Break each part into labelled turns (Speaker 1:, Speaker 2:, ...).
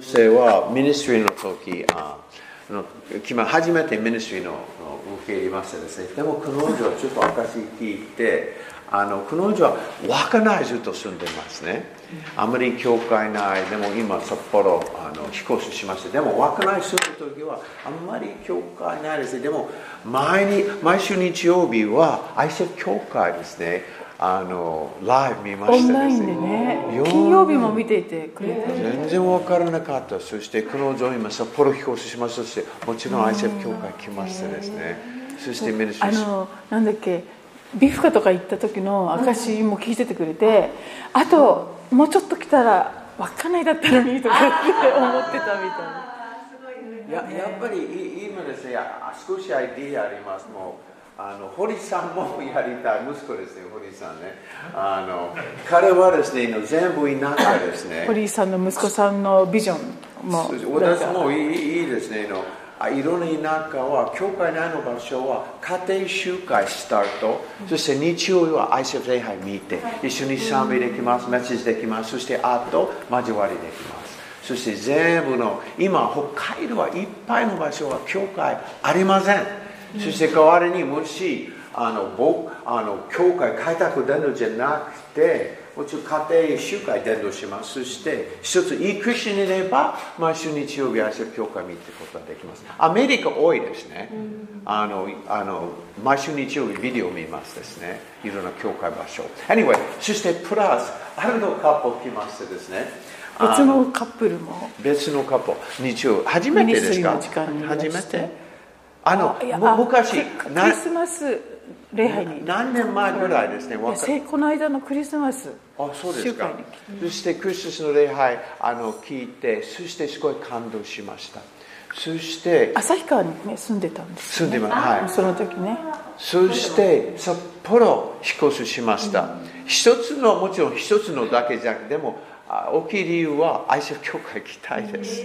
Speaker 1: 生はミニストリーの時ああの決ま初めてミニストリーのの受け入れましたですねでも彼女はちょっと私聞いてあの彼女は稚内ずっと住んでますねあまり教会ないでも今札幌あの引っ越ししましたでも稚内住む時はあんまり教会ないですねでも毎に毎週日曜日は愛称教会ですねあのライブ見ま
Speaker 2: オ
Speaker 1: し
Speaker 2: ン
Speaker 1: た
Speaker 2: ラ
Speaker 1: で
Speaker 2: イ
Speaker 1: す
Speaker 2: ンで
Speaker 1: ね
Speaker 2: ね
Speaker 1: よー
Speaker 2: 金曜日も見ていてくれた
Speaker 1: 全然分からなかったそして彼女今札幌飛行しましたしもちろん愛知協会来ましたですねそしてメルシ
Speaker 2: あ
Speaker 1: ーし
Speaker 2: のなんだっけビフカとか行った時の証も聞いててくれて、あともうちょっと来たら稚内だったのにとかって思ってたみたいな。
Speaker 1: ややっぱりい今ですねあ少しアイディアありますもうあの堀さんもやりたい息子ですね堀さんねあの彼はですね今全部田舎ですね
Speaker 2: 堀井さんの息子さんのビジョンも
Speaker 1: 私もいいいいですねあのあいろんな田舎は教会内の場所は家庭集会スタート、そして日曜日は ICF 礼拝見て一緒に賛美できますメッセージできますそしてあと交わりできますそして全部の今北海道はいっぱいの場所は教会ありません、そして代わりにもしあの僕あの教会開拓伝道じゃなくてもちろん家庭集会伝道しますそして一ついいクリスチャンになれば毎週日曜日愛する教会見てことができますアメリカ多いですね、あのあの毎週日曜日ビデオ見ますですねいろんな教会場所 anyway そしてプラスあるのカップ来ましてですねあ
Speaker 2: 別のカップルも
Speaker 1: 別のカップ日曜初めてですか
Speaker 2: ミニストリーの時間にいまし
Speaker 1: 初
Speaker 2: て
Speaker 1: めてあの
Speaker 2: いや
Speaker 1: む
Speaker 2: あ
Speaker 1: 昔
Speaker 2: クク
Speaker 1: な
Speaker 2: リスマス礼拝に
Speaker 1: 何年前ぐらいですね
Speaker 2: いや
Speaker 1: 若
Speaker 2: せこの間のクリスマス
Speaker 1: あそうですか
Speaker 2: 集会に来て
Speaker 1: そしてクリスマスの礼拝あの聞いてそしてすごい感動しましたそして
Speaker 2: 旭川に、ね、住んでたんです
Speaker 1: 住んでますはい
Speaker 2: その時ね
Speaker 1: そして札幌引っ越ししました、一つのもちろん一つのだけじゃなくてでもあ大きい理由は愛称協会行きたいです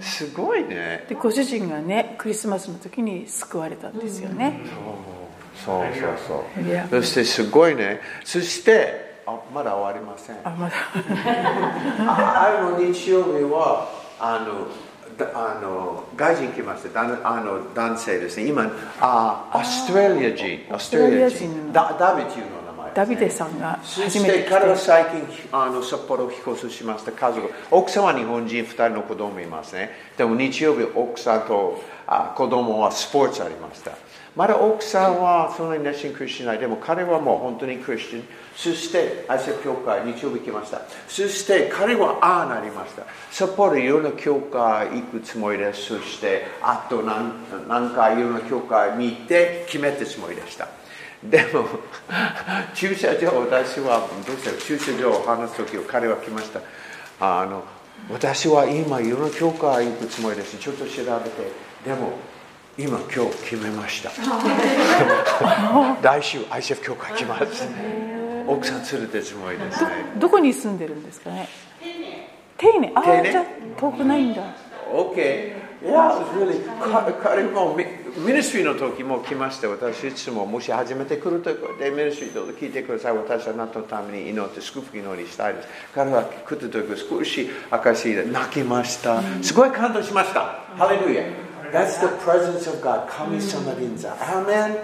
Speaker 1: すごいね
Speaker 2: でご主人がねクリスマスの時に救われたんですよね、
Speaker 1: そうそう
Speaker 2: いや
Speaker 1: そうそしてすごいねそしてあまだ終わりません
Speaker 2: あまだ
Speaker 1: ああの日曜日はあのだあの外人来ましただんあの男性ですね今あオーストラリア人オーストラリア
Speaker 2: オーストラ
Speaker 1: 人
Speaker 2: リア人
Speaker 1: ダダビというの名前ですね、
Speaker 2: ダビデさんが
Speaker 1: そ
Speaker 2: 初
Speaker 1: し
Speaker 2: めて
Speaker 1: て
Speaker 2: 来
Speaker 1: 彼は
Speaker 2: て
Speaker 1: 最近あの札幌を引っ越ししました家族奥さんは日本人2人の子供いますねでも日曜日奥さんとあ子供はスポーツありましたまだ奥さんはそんなに熱心クリスチャンないでも彼はもう本当にクリスチャンそして愛知教会日曜日来ましたそして彼はああなりました札幌いろんな教会行くつもりですそしてあと何何回いろんな教会見て決めたつもりでしたでも 駐車場私はどうしたら駐車場を話す時を彼は来ましたあの私は今世の教会行くつもりですちょっと調べてでも今今日決めました来週 ICF 教会来ます奥さん連れてるつもりですね
Speaker 2: どこに住んでるんですかねテイネあ
Speaker 1: テイ
Speaker 2: あ
Speaker 1: ネ
Speaker 2: じゃあ遠くないんだ
Speaker 1: OK。いや、really。か彼もミミニストリーの時も来まして、私いつももし初めて来るときでミニストリーどうぞ聞いてください。私はあなたのために祈って祝福祈りしたいです。彼は来た時少し証で泣きました。すごい感動しました。ハレルヤ。That's the presence of God. 神様臨座。Amen.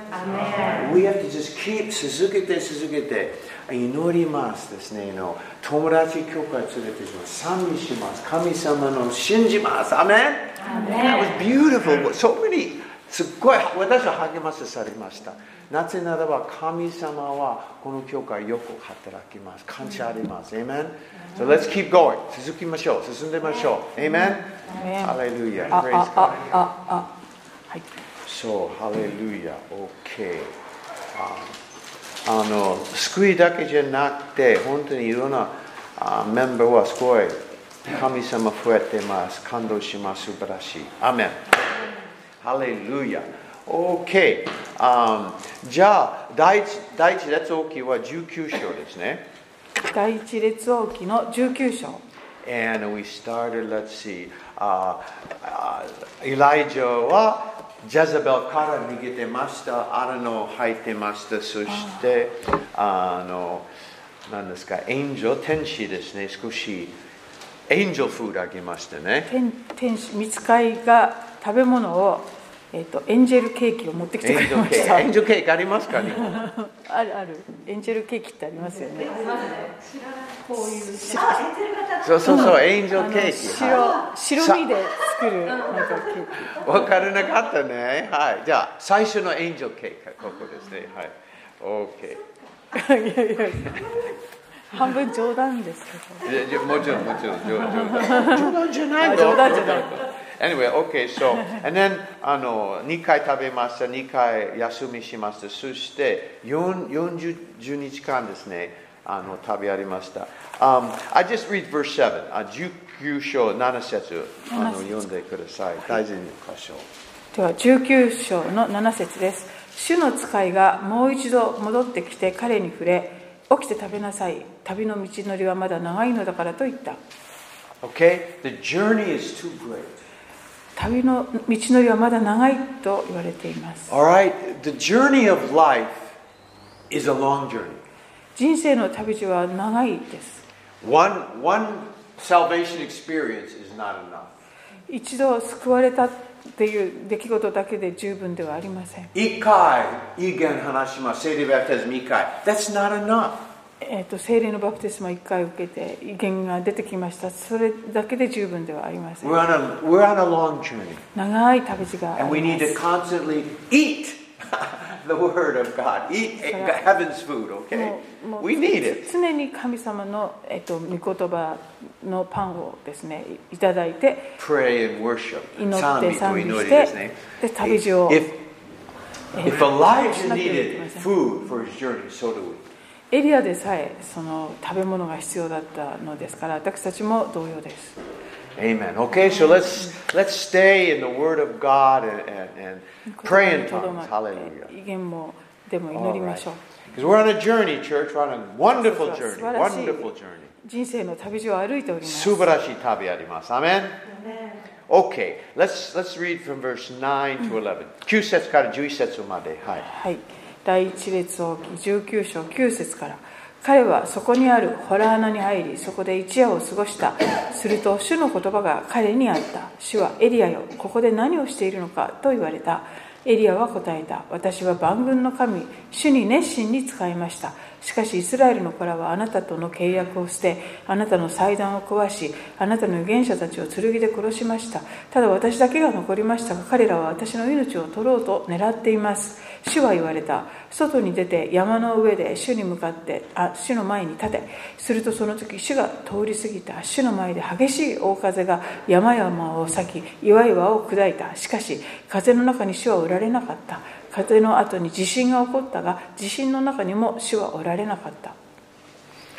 Speaker 1: We have to just keep 続けて続けて祈りますですね。あの友達教会連れてします。賛美します。神様の信じます。アメン That was beautiful. So many すっごい私は励ませされました。なぜならば神様はこの教会よく働きます。感謝あります。Amen. So let's keep going. 続きましょう。進んでみましょう。Amen.
Speaker 2: Amen.
Speaker 1: Hallelujah.
Speaker 2: ああ
Speaker 1: Praise
Speaker 2: あ
Speaker 1: God.
Speaker 2: ああはい
Speaker 1: そう、ハレルヤ、OK。ああの、救いだけじゃなくて、本当にいろんなあメンバーはすごい、神様増えてます。感動します。素晴らしい。アーメン。ハレルヤ。OK。あじゃあ、第一、第一列王記は19章ですね。
Speaker 2: 第一列王記の19章
Speaker 1: And we started, let's see, uh, uh, Elijah はジャザベルから逃げてました、アラの入ってました、そして、あの、なんですか、炎上天使ですね、少しエンジェルフードあげましてね。
Speaker 2: 天天使見つかいが食べ物を、えっとエンジェルケーキを持ってきて
Speaker 1: エ
Speaker 2: く
Speaker 1: ン
Speaker 2: れ
Speaker 1: ジェ
Speaker 2: ま
Speaker 1: ルケーキエンジ
Speaker 2: した
Speaker 1: ェルケーキありますかね。
Speaker 2: あるあるエンジェルケーキってありますよねこういう
Speaker 1: そうそうそう、エンジ ェルケーキ。はい
Speaker 2: 白白身で作るなんかケーキ
Speaker 1: わからなかったね。はい。じゃあ、最初のエンジェルケーキはここですね。はい。OK。
Speaker 2: いやいやいや 半分冗談ですけど
Speaker 1: いやいやもちろん、もちろん、冗談。冗談じゃないの
Speaker 2: 冗談じゃない
Speaker 1: Anyway, okay, so, and then, あの、2回食べました、2回休みしました、そして、4 40 10日間ですね、あの、食べやりました。Um, I just read verse Uh, 7, あ19章7節あの
Speaker 2: 7節
Speaker 1: 読んでください。大事な箇所。
Speaker 2: では19章の7節です主の使いがもう一度戻ってきて彼に触れ起きて食べなさい旅の道のりはまだ長いのだからと言った
Speaker 1: Okay? The journey is too great.
Speaker 2: 旅の道のりはまだ長いと言われています
Speaker 1: All right? The journey of life is a long journey.
Speaker 2: 人生の旅路は長いです
Speaker 1: One, one salvation experience is not enough.
Speaker 2: 一度救われたっていう出来事だけで十分ではありません、
Speaker 1: 一回、意見話します。聖霊バプテスム一回。That's not enough.
Speaker 2: えー、と聖霊のバプテスマ1回受けて威厳が出てきましたそれだけで十分ではありません
Speaker 1: We're on a, we're on a long journey.
Speaker 2: 長い旅路があり
Speaker 1: And
Speaker 2: ま
Speaker 1: we
Speaker 2: す
Speaker 1: need to constantly eat the Word of God. Eat heaven's food, okay?
Speaker 2: もう
Speaker 1: We need it.
Speaker 2: 常に神様の、えっと、御言葉のパンをですねいただいて
Speaker 1: Pray and worship.
Speaker 2: 祈って賛美
Speaker 1: 賛美
Speaker 2: して
Speaker 1: と祈りですね。
Speaker 2: で旅路を
Speaker 1: If, if
Speaker 2: Eh,
Speaker 1: Elijah
Speaker 2: し
Speaker 1: needed
Speaker 2: なければいけません。
Speaker 1: food for his journey, so do we.
Speaker 2: エリアでさえその食べ物が必要だったのですから私たちも同様です
Speaker 1: Amen. Okay, so let's let's stay in the Word of God and, and, and pray in
Speaker 2: とどま
Speaker 1: tongues.
Speaker 2: っ
Speaker 1: Hallelujah.
Speaker 2: て威厳もでも祈
Speaker 1: All
Speaker 2: りましょう
Speaker 1: right. Because we're on a journey, church. We're on a wonderful
Speaker 2: Yes,
Speaker 1: journey.
Speaker 2: yes.
Speaker 1: Wonderful journey.
Speaker 2: 人生の旅路を歩いております
Speaker 1: 素晴らしい旅あります。Amen. Okay, let's let's read from verse 9 to 11. 9節から11節まで。はい。
Speaker 2: はい、第一列王記19章9節から彼はそこにある洞穴に入りそこで一夜を過ごしたすると主の言葉が彼にあった主はエリアよここで何をしているのかと言われたエリアは答えた私は万軍の神主に熱心に使いましたしかしイスラエルの子らはあなたとの契約を捨てあなたの祭壇を壊しあなたの預言者たちを剣で殺しましたただ私だけが残りましたが彼らは私の命を取ろうと狙っています主は言われた外に出て山の上で主に向かってあ主の前に立てするとその時主が通り過ぎた主の前で激しい大風が山々を裂き岩々を砕いたしかし風の中に主はおられなかった風の後に地震が起こったが地震の中にも主はおられなかった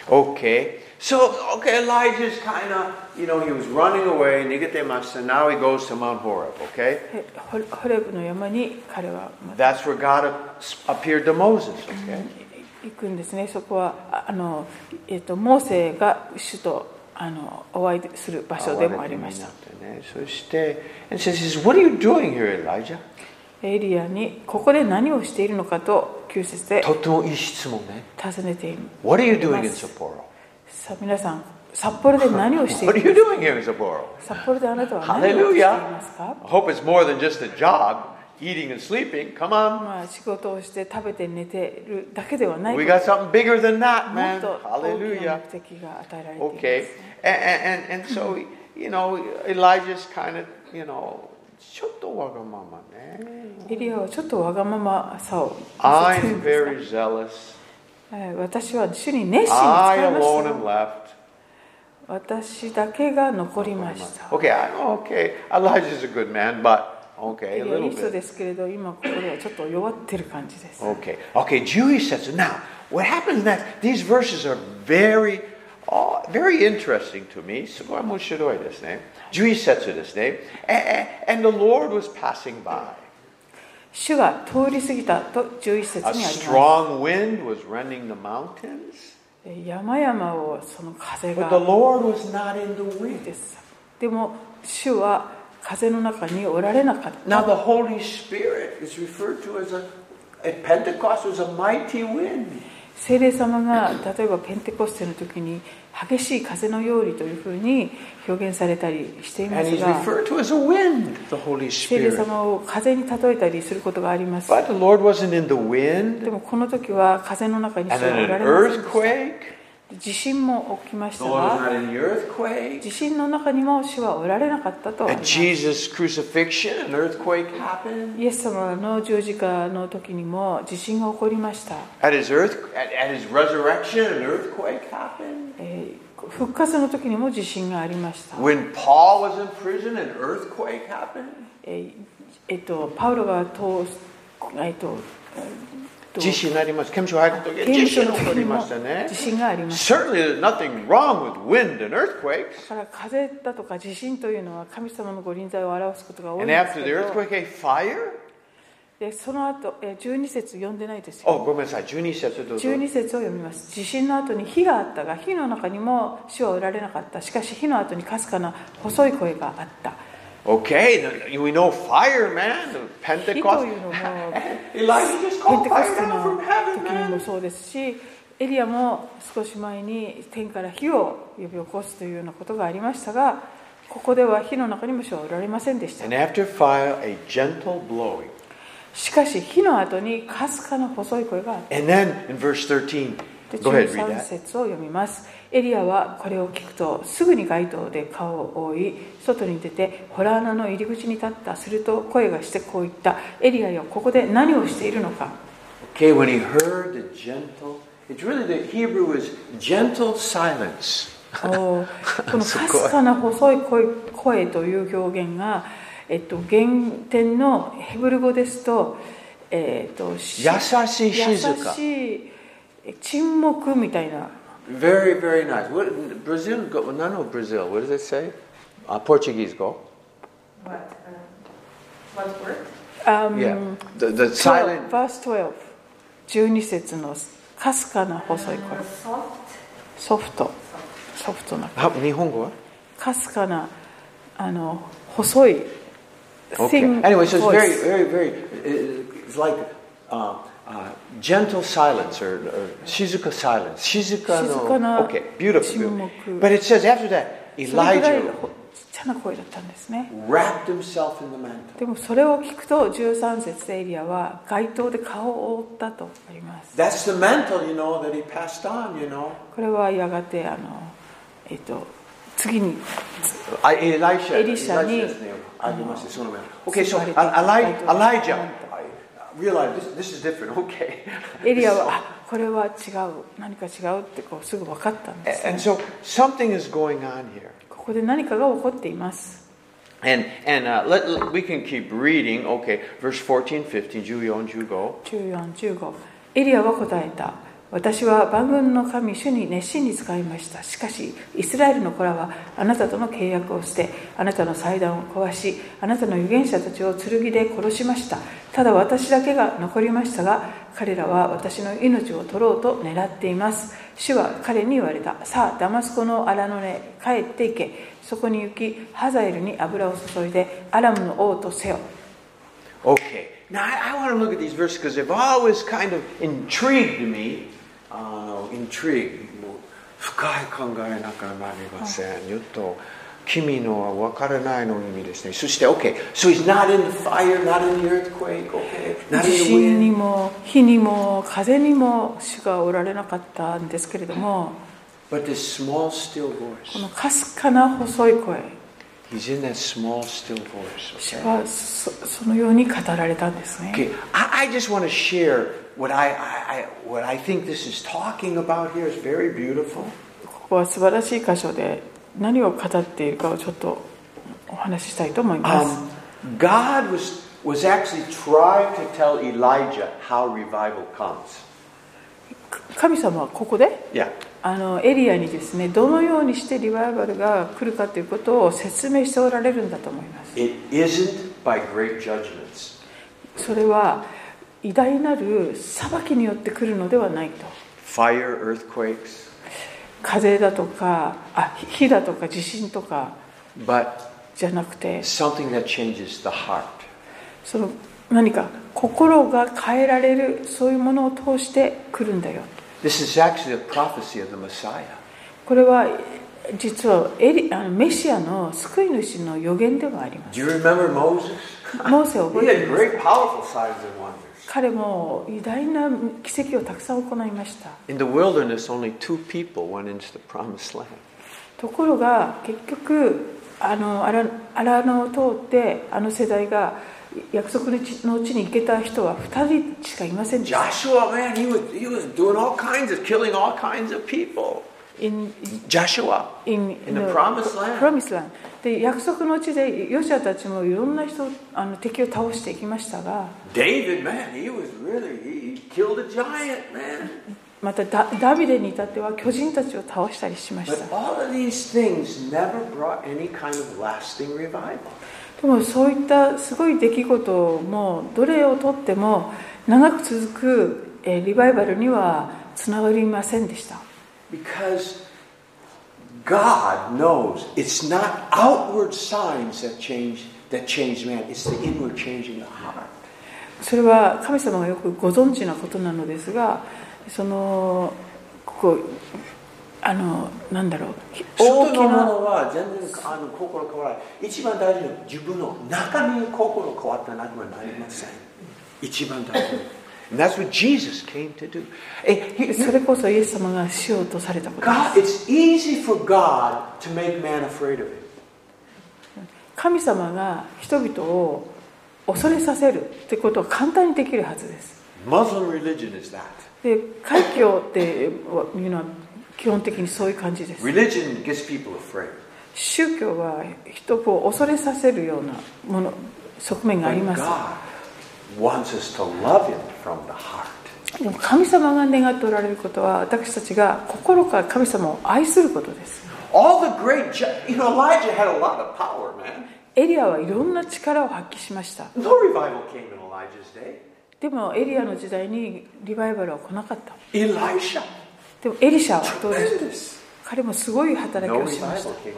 Speaker 1: Okay. So, okay, Elijah's kind of, you know, he was running away, 逃げてました。Now he goes to Mount Horeb, okay?
Speaker 2: でホホレブの山に彼は
Speaker 1: That's where God appeared to Moses, okay?
Speaker 2: 行くんですねそこはああの、えっとモーセが主とあのお会いする場所でもありました
Speaker 1: そして、and says, he says, What are you doing here, Elijah?
Speaker 2: エリアにここで何をしているのかと9節で
Speaker 1: とてもいい質問ね。What
Speaker 2: 尋ねている
Speaker 1: are you doing in Sapporo?
Speaker 2: さあ皆さん札幌で何をしてい
Speaker 1: What are
Speaker 2: る
Speaker 1: you doing here in Sapporo?
Speaker 2: 札幌であなたは何をしていま
Speaker 1: Hallelujah.
Speaker 2: すか
Speaker 1: I hope it's more than just a job, eating and sleeping. Come on.
Speaker 2: まあ仕事をして食べて寝てるだけではない
Speaker 1: We got something bigger than that,
Speaker 2: もっ
Speaker 1: man.
Speaker 2: と大きな
Speaker 1: Hallelujah.
Speaker 2: 目的が与えられています、
Speaker 1: Okay. And, and, and so, you know, Elijah's kind of, you know, ちょっとわがままね。
Speaker 2: エリアはちょっとわがままさを見せてい
Speaker 1: I'm
Speaker 2: ます
Speaker 1: very zealous.
Speaker 2: はい私は主に熱心に使
Speaker 1: I
Speaker 2: いまし
Speaker 1: alone
Speaker 2: た
Speaker 1: am left.
Speaker 2: 私だけが残りました。
Speaker 1: Okay, I, okay. Elijah's a good man, but okay,
Speaker 2: い
Speaker 1: a
Speaker 2: やい
Speaker 1: little
Speaker 2: い人
Speaker 1: bit.
Speaker 2: ですけれど、今ここではちょっと弱ってる感じです。
Speaker 1: Okay, okay. Jewish says now. What happens next? These verses are very, oh, very interesting to me. すごい面白いですね。11節ですね。And, and the Lord was passing by.
Speaker 2: 主が通り過ぎたと11節にあ
Speaker 1: A
Speaker 2: りま
Speaker 1: strong wind was rending the mountains,
Speaker 2: す。山々をその風
Speaker 1: but the
Speaker 2: が
Speaker 1: Lord was not in the wind.
Speaker 2: です。でも主は風の中におられなかっ
Speaker 1: Now
Speaker 2: た。
Speaker 1: the Holy Spirit is referred to as a at Pentecost was a mighty wind.
Speaker 2: 聖霊様が例えばペンテコステの時に激しい風のようにというふうに表現されたりしていま
Speaker 1: And
Speaker 2: す
Speaker 1: he's
Speaker 2: が
Speaker 1: referred to as a wind, the Holy
Speaker 2: 聖霊
Speaker 1: Spirit.
Speaker 2: 様を風に例えたりすることがあります
Speaker 1: But the Lord wasn't in the
Speaker 2: で
Speaker 1: wind,
Speaker 2: もこの時は風の中に
Speaker 1: and
Speaker 2: 座
Speaker 1: then
Speaker 2: ら
Speaker 1: an
Speaker 2: れませんでした
Speaker 1: earthquake.
Speaker 2: 地震も起きま
Speaker 1: The
Speaker 2: した
Speaker 1: Lord was
Speaker 2: が
Speaker 1: not in the earthquake.
Speaker 2: 地震の中にも主はおられなかったとありま
Speaker 1: At
Speaker 2: す
Speaker 1: Jesus' crucifixion, an earthquake happened.
Speaker 2: イエス様の十字架の時にも地震が起こりました、
Speaker 1: At his earth, at, at his resurrection, an earthquake happened.
Speaker 2: えー復活の時にも地震がありました、
Speaker 1: When Paul was in prison, an earthquake happened.
Speaker 2: えーえっとパウロが通すえっとえっと刑務所の時にも地震がありました
Speaker 1: Certainly, there's nothing wrong with wind and earthquakes.
Speaker 2: だから風だとか地震というのは神様のご臨在を表すことが多いん
Speaker 1: And
Speaker 2: です
Speaker 1: after
Speaker 2: け
Speaker 1: the
Speaker 2: ど
Speaker 1: earthquake, a fire?
Speaker 2: でその後えー12節読んでないですよ
Speaker 1: Oh, ごめんなさい、12節どうぞ。
Speaker 2: 12節を読みます地震の後に火があったが火の中にも主はおられなかったしかし火の後にかすかな細い声があった
Speaker 1: Okay, then we know fire, man, the
Speaker 2: 火と
Speaker 1: Pentecost.
Speaker 2: いうのも
Speaker 1: Elijah just
Speaker 2: ペン
Speaker 1: called
Speaker 2: テコ
Speaker 1: fire
Speaker 2: ステ
Speaker 1: down
Speaker 2: の
Speaker 1: from heaven,
Speaker 2: 時にも
Speaker 1: man.
Speaker 2: そうですしエリアも少し前に天から火を呼び起こすというようなことがありましたがここでは火の中にも主はおられませんでした
Speaker 1: And after fire, a gentle blowing.
Speaker 2: しかし火の後にかすかな細い声があった
Speaker 1: And then in verse 13,
Speaker 2: で
Speaker 1: go ahead, read
Speaker 2: 13
Speaker 1: that.
Speaker 2: 節を読みますエリアはこれを聞くとすぐに街灯で顔を覆い外に出てホラー穴の入り口に立ったすると声がしてこう言ったエリアよここで何をしているのか
Speaker 1: Okay, when he heard the gentle, it's really the Hebrew is gentle silence.
Speaker 2: おー この
Speaker 1: すご
Speaker 2: か
Speaker 1: い
Speaker 2: すかな細い声声という表現が、えっと、原点のヘブル語ですと,、えっとし
Speaker 1: 優しい静
Speaker 2: 優
Speaker 1: か。
Speaker 2: しいえ沈黙みたいな
Speaker 1: Very, very nice. What, Brazil, go, no, no, Brazil. What does it say? Uh, Portuguese go.
Speaker 3: What? Um, what word?
Speaker 2: Um,
Speaker 1: Yeah. The, the silent.
Speaker 2: バース12 12節のかすかな細い声
Speaker 3: Soft.
Speaker 2: ソフトソフトな
Speaker 1: Ah, 日本語は？
Speaker 2: かすかなあの細い
Speaker 1: Okay.
Speaker 2: thin
Speaker 1: Anyway, so it's
Speaker 2: voice
Speaker 1: very, very, very. it- It's like uh, uh, gentle silence or, or shizuka silence. Shizuka no.
Speaker 2: 静かな
Speaker 1: Okay, beautiful. beautiful.
Speaker 2: 沈黙。
Speaker 1: But it says after that,
Speaker 2: それぐらい
Speaker 1: Elijah
Speaker 2: のちっちゃな声だったんですね
Speaker 1: wrapped himself in the mantle.
Speaker 2: でもそれを聞くと13節でエリアは街頭で顔を覆ったとあります
Speaker 1: That's the mantle, you know, that he passed on, you know.
Speaker 2: これはやがてあのえっと次に
Speaker 1: I, Elisha, Ah, Mm-hmm.
Speaker 2: エリシャに
Speaker 1: Elisha ですねありますその前 Okay, so
Speaker 2: 吸われて
Speaker 1: Eli-
Speaker 2: 大統
Speaker 1: Elijah,
Speaker 2: 領なん
Speaker 1: I realize this, this is different, okay.
Speaker 2: エリアはあこれは違う何か違うってこうすぐ分かったんで
Speaker 1: And
Speaker 2: す、ね
Speaker 1: and、so something is going on here.
Speaker 2: ここで何かが起こっています
Speaker 1: And, and uh, let, let- we can keep reading, okay, verse 14, 15, 14, 15.
Speaker 2: 1415エリアは答えた私は万軍の神主に熱心に使いましたしかしイスラエルの子らはあなたとの契約を捨てあなたの祭壇を壊しあなたの預言者たちを剣で殺しましたただ私だけが残りましたが彼らは私の命を取ろうと狙っています主は彼に言われたさあダマスコの荒野へ帰っていけそこに行きハザエルに油を注いでアラムの王とせよ
Speaker 1: Okay, now I, I want to look at these verses because they've always kind of intrigued me. Uh, intrigued. 深い考えなくなりません。ちょっと君のは分からないの意味ですね。そして、okay, so he's not in the fire, not in the earthquake, okay, not
Speaker 2: 地
Speaker 1: in the
Speaker 2: 震
Speaker 1: wind.
Speaker 2: にも火にも風にも主がおられなかったんですけれども
Speaker 1: But this small, still
Speaker 2: こ
Speaker 1: voice.
Speaker 2: のかすかな細い声
Speaker 1: He's in that small, still voice.
Speaker 2: 主
Speaker 1: Okay,
Speaker 2: はそそのように語られたんですね
Speaker 1: okay. I, I just want to share what I, I, I, what I think this is talking about here is very beautiful.
Speaker 2: ここは素晴らしい箇所で何を語っているかをちょっとお話ししたいと思います
Speaker 1: Um, God was, was actually trying to tell Elijah how revival comes.
Speaker 2: か神様はここで
Speaker 1: Yeah.
Speaker 2: あのエリアにですねどのようにしてリバイバルが来るかということを説明しておられるんだと思います
Speaker 1: It isn't by great judgments.
Speaker 2: それは偉大なる裁きによって来るのではないと
Speaker 1: Fire, earthquakes,
Speaker 2: 風だとかあ火だとか地震とか
Speaker 1: but
Speaker 2: じゃなくて
Speaker 1: something that changes the heart.
Speaker 2: その何か心が変えられるそういうものを通して来るんだよ
Speaker 1: This is actually a prophecy of the Messiah.
Speaker 2: これは実はエリあのメシアの救い主の予言でもありま
Speaker 1: Do you remember Moses?
Speaker 2: す。モーセを覚
Speaker 1: He had
Speaker 2: えています。
Speaker 1: great, powerful signs and wonders.
Speaker 2: 彼も偉大な奇跡をたくさん行いました。
Speaker 1: In the wilderness, only two people went into the promised land.
Speaker 2: ところが結局あの荒荒野を通ってあの世代が約束の地の地に行けた人は2人しかいませんでした
Speaker 1: Joshua, man, he was, he was doing all kinds of, killing all kinds of people.
Speaker 2: in,
Speaker 1: Joshua.
Speaker 2: in,
Speaker 1: In the promised land.
Speaker 2: promised land で約束の地でヨシアたちもいろんな人あの敵を倒していきましたが
Speaker 1: David, man, he was really, he, he killed a giant, man.
Speaker 2: またダダビデに至っては巨人たちを倒したりしました
Speaker 1: But all of these things never brought any kind of lasting revival.
Speaker 2: でもそういったすごい出来事もどれをとっても長く続くえーリバイバルにはつながりませんでした
Speaker 1: Because God knows it's not outward signs that change that change man, it's the inward change in the heart.
Speaker 2: それは神様がよくご存知なことなのですがそのここあのなんだろう大きな
Speaker 1: 外のものは全然あの心変わらない。一番大事な自分の中に心変わったなくはなりません。一番大事な。And that's what Jesus came to do. And he-
Speaker 2: それこそイエス様がしようとされたことで
Speaker 1: God,
Speaker 2: す
Speaker 1: it's easy for God to make man afraid of him.
Speaker 2: 神様が人々を恐れさせるってことは簡単にできるはずです
Speaker 1: Muslim religion is that.
Speaker 2: で開教っていうのは基本的にそういう感じです
Speaker 1: Religion gets people afraid.
Speaker 2: 宗教は人を恐れさせるようなもの側面があり
Speaker 1: But
Speaker 2: ます
Speaker 1: God wants us to love him from the heart.
Speaker 2: でも神様が願っておられることは私たちが心から神様を愛することです
Speaker 1: All the great, ju- you know, Elijah had a lot of power, man.
Speaker 2: エリアはいろんな力を発揮しました
Speaker 1: No revival came in Elijah's day.
Speaker 2: でもエリアの時代にリバイバルは来なかった
Speaker 1: Elisha,
Speaker 2: でもエリシャはどうでした
Speaker 1: tremendous.
Speaker 2: 彼もすごい働き
Speaker 1: No
Speaker 2: をしました
Speaker 1: revival came in Elisha's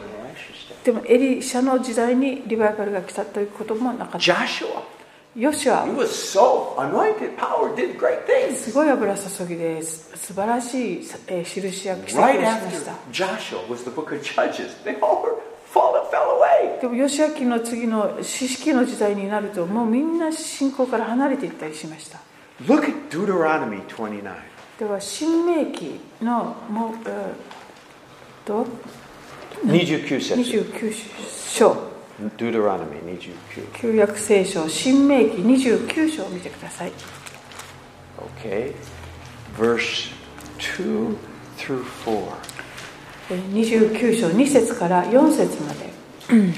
Speaker 1: day.
Speaker 2: でもエリシャの時代にリバイバルが来たということもなかった
Speaker 1: Joshua,
Speaker 2: ヨシュア
Speaker 1: he
Speaker 2: は
Speaker 1: was so anointed, power, did great things.
Speaker 2: すごい油注ぎです素晴らしいえー印や奇跡をし
Speaker 1: Right
Speaker 2: ました
Speaker 1: after Joshua was the book of Judges. They all were fallen, fell away.
Speaker 2: でもヨシア記の次の四式の時代になるともうみんな信仰から離れていったりしました
Speaker 1: Look at Deuteronomy 29.
Speaker 2: では新明記のもう、えーと
Speaker 1: 29 says
Speaker 2: 29章
Speaker 1: Deuteronomy 29.
Speaker 2: 旧約聖書新明記29章を見てください
Speaker 1: Okay. Verse 2 through 4.
Speaker 2: えー29章2節から4節までうん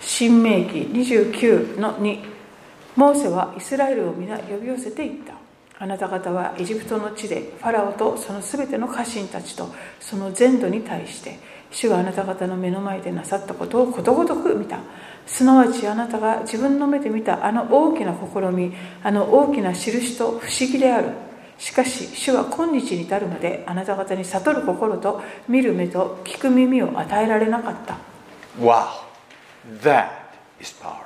Speaker 2: 新明記29の2モーセはイスラエルを皆呼び寄せていったあなた方はエジプトの地でファラオとそのすべての家臣たちとその全土に対して主があなた方の目の前でなさったことをことごとく見たすなわちあなたが自分の目で見たあの大きな試みあの大きな印と不思議であるしかし主は今日に至るまであなた方に悟る心と見る目と聞く耳を与えられなかった
Speaker 1: Wow. That is powerful.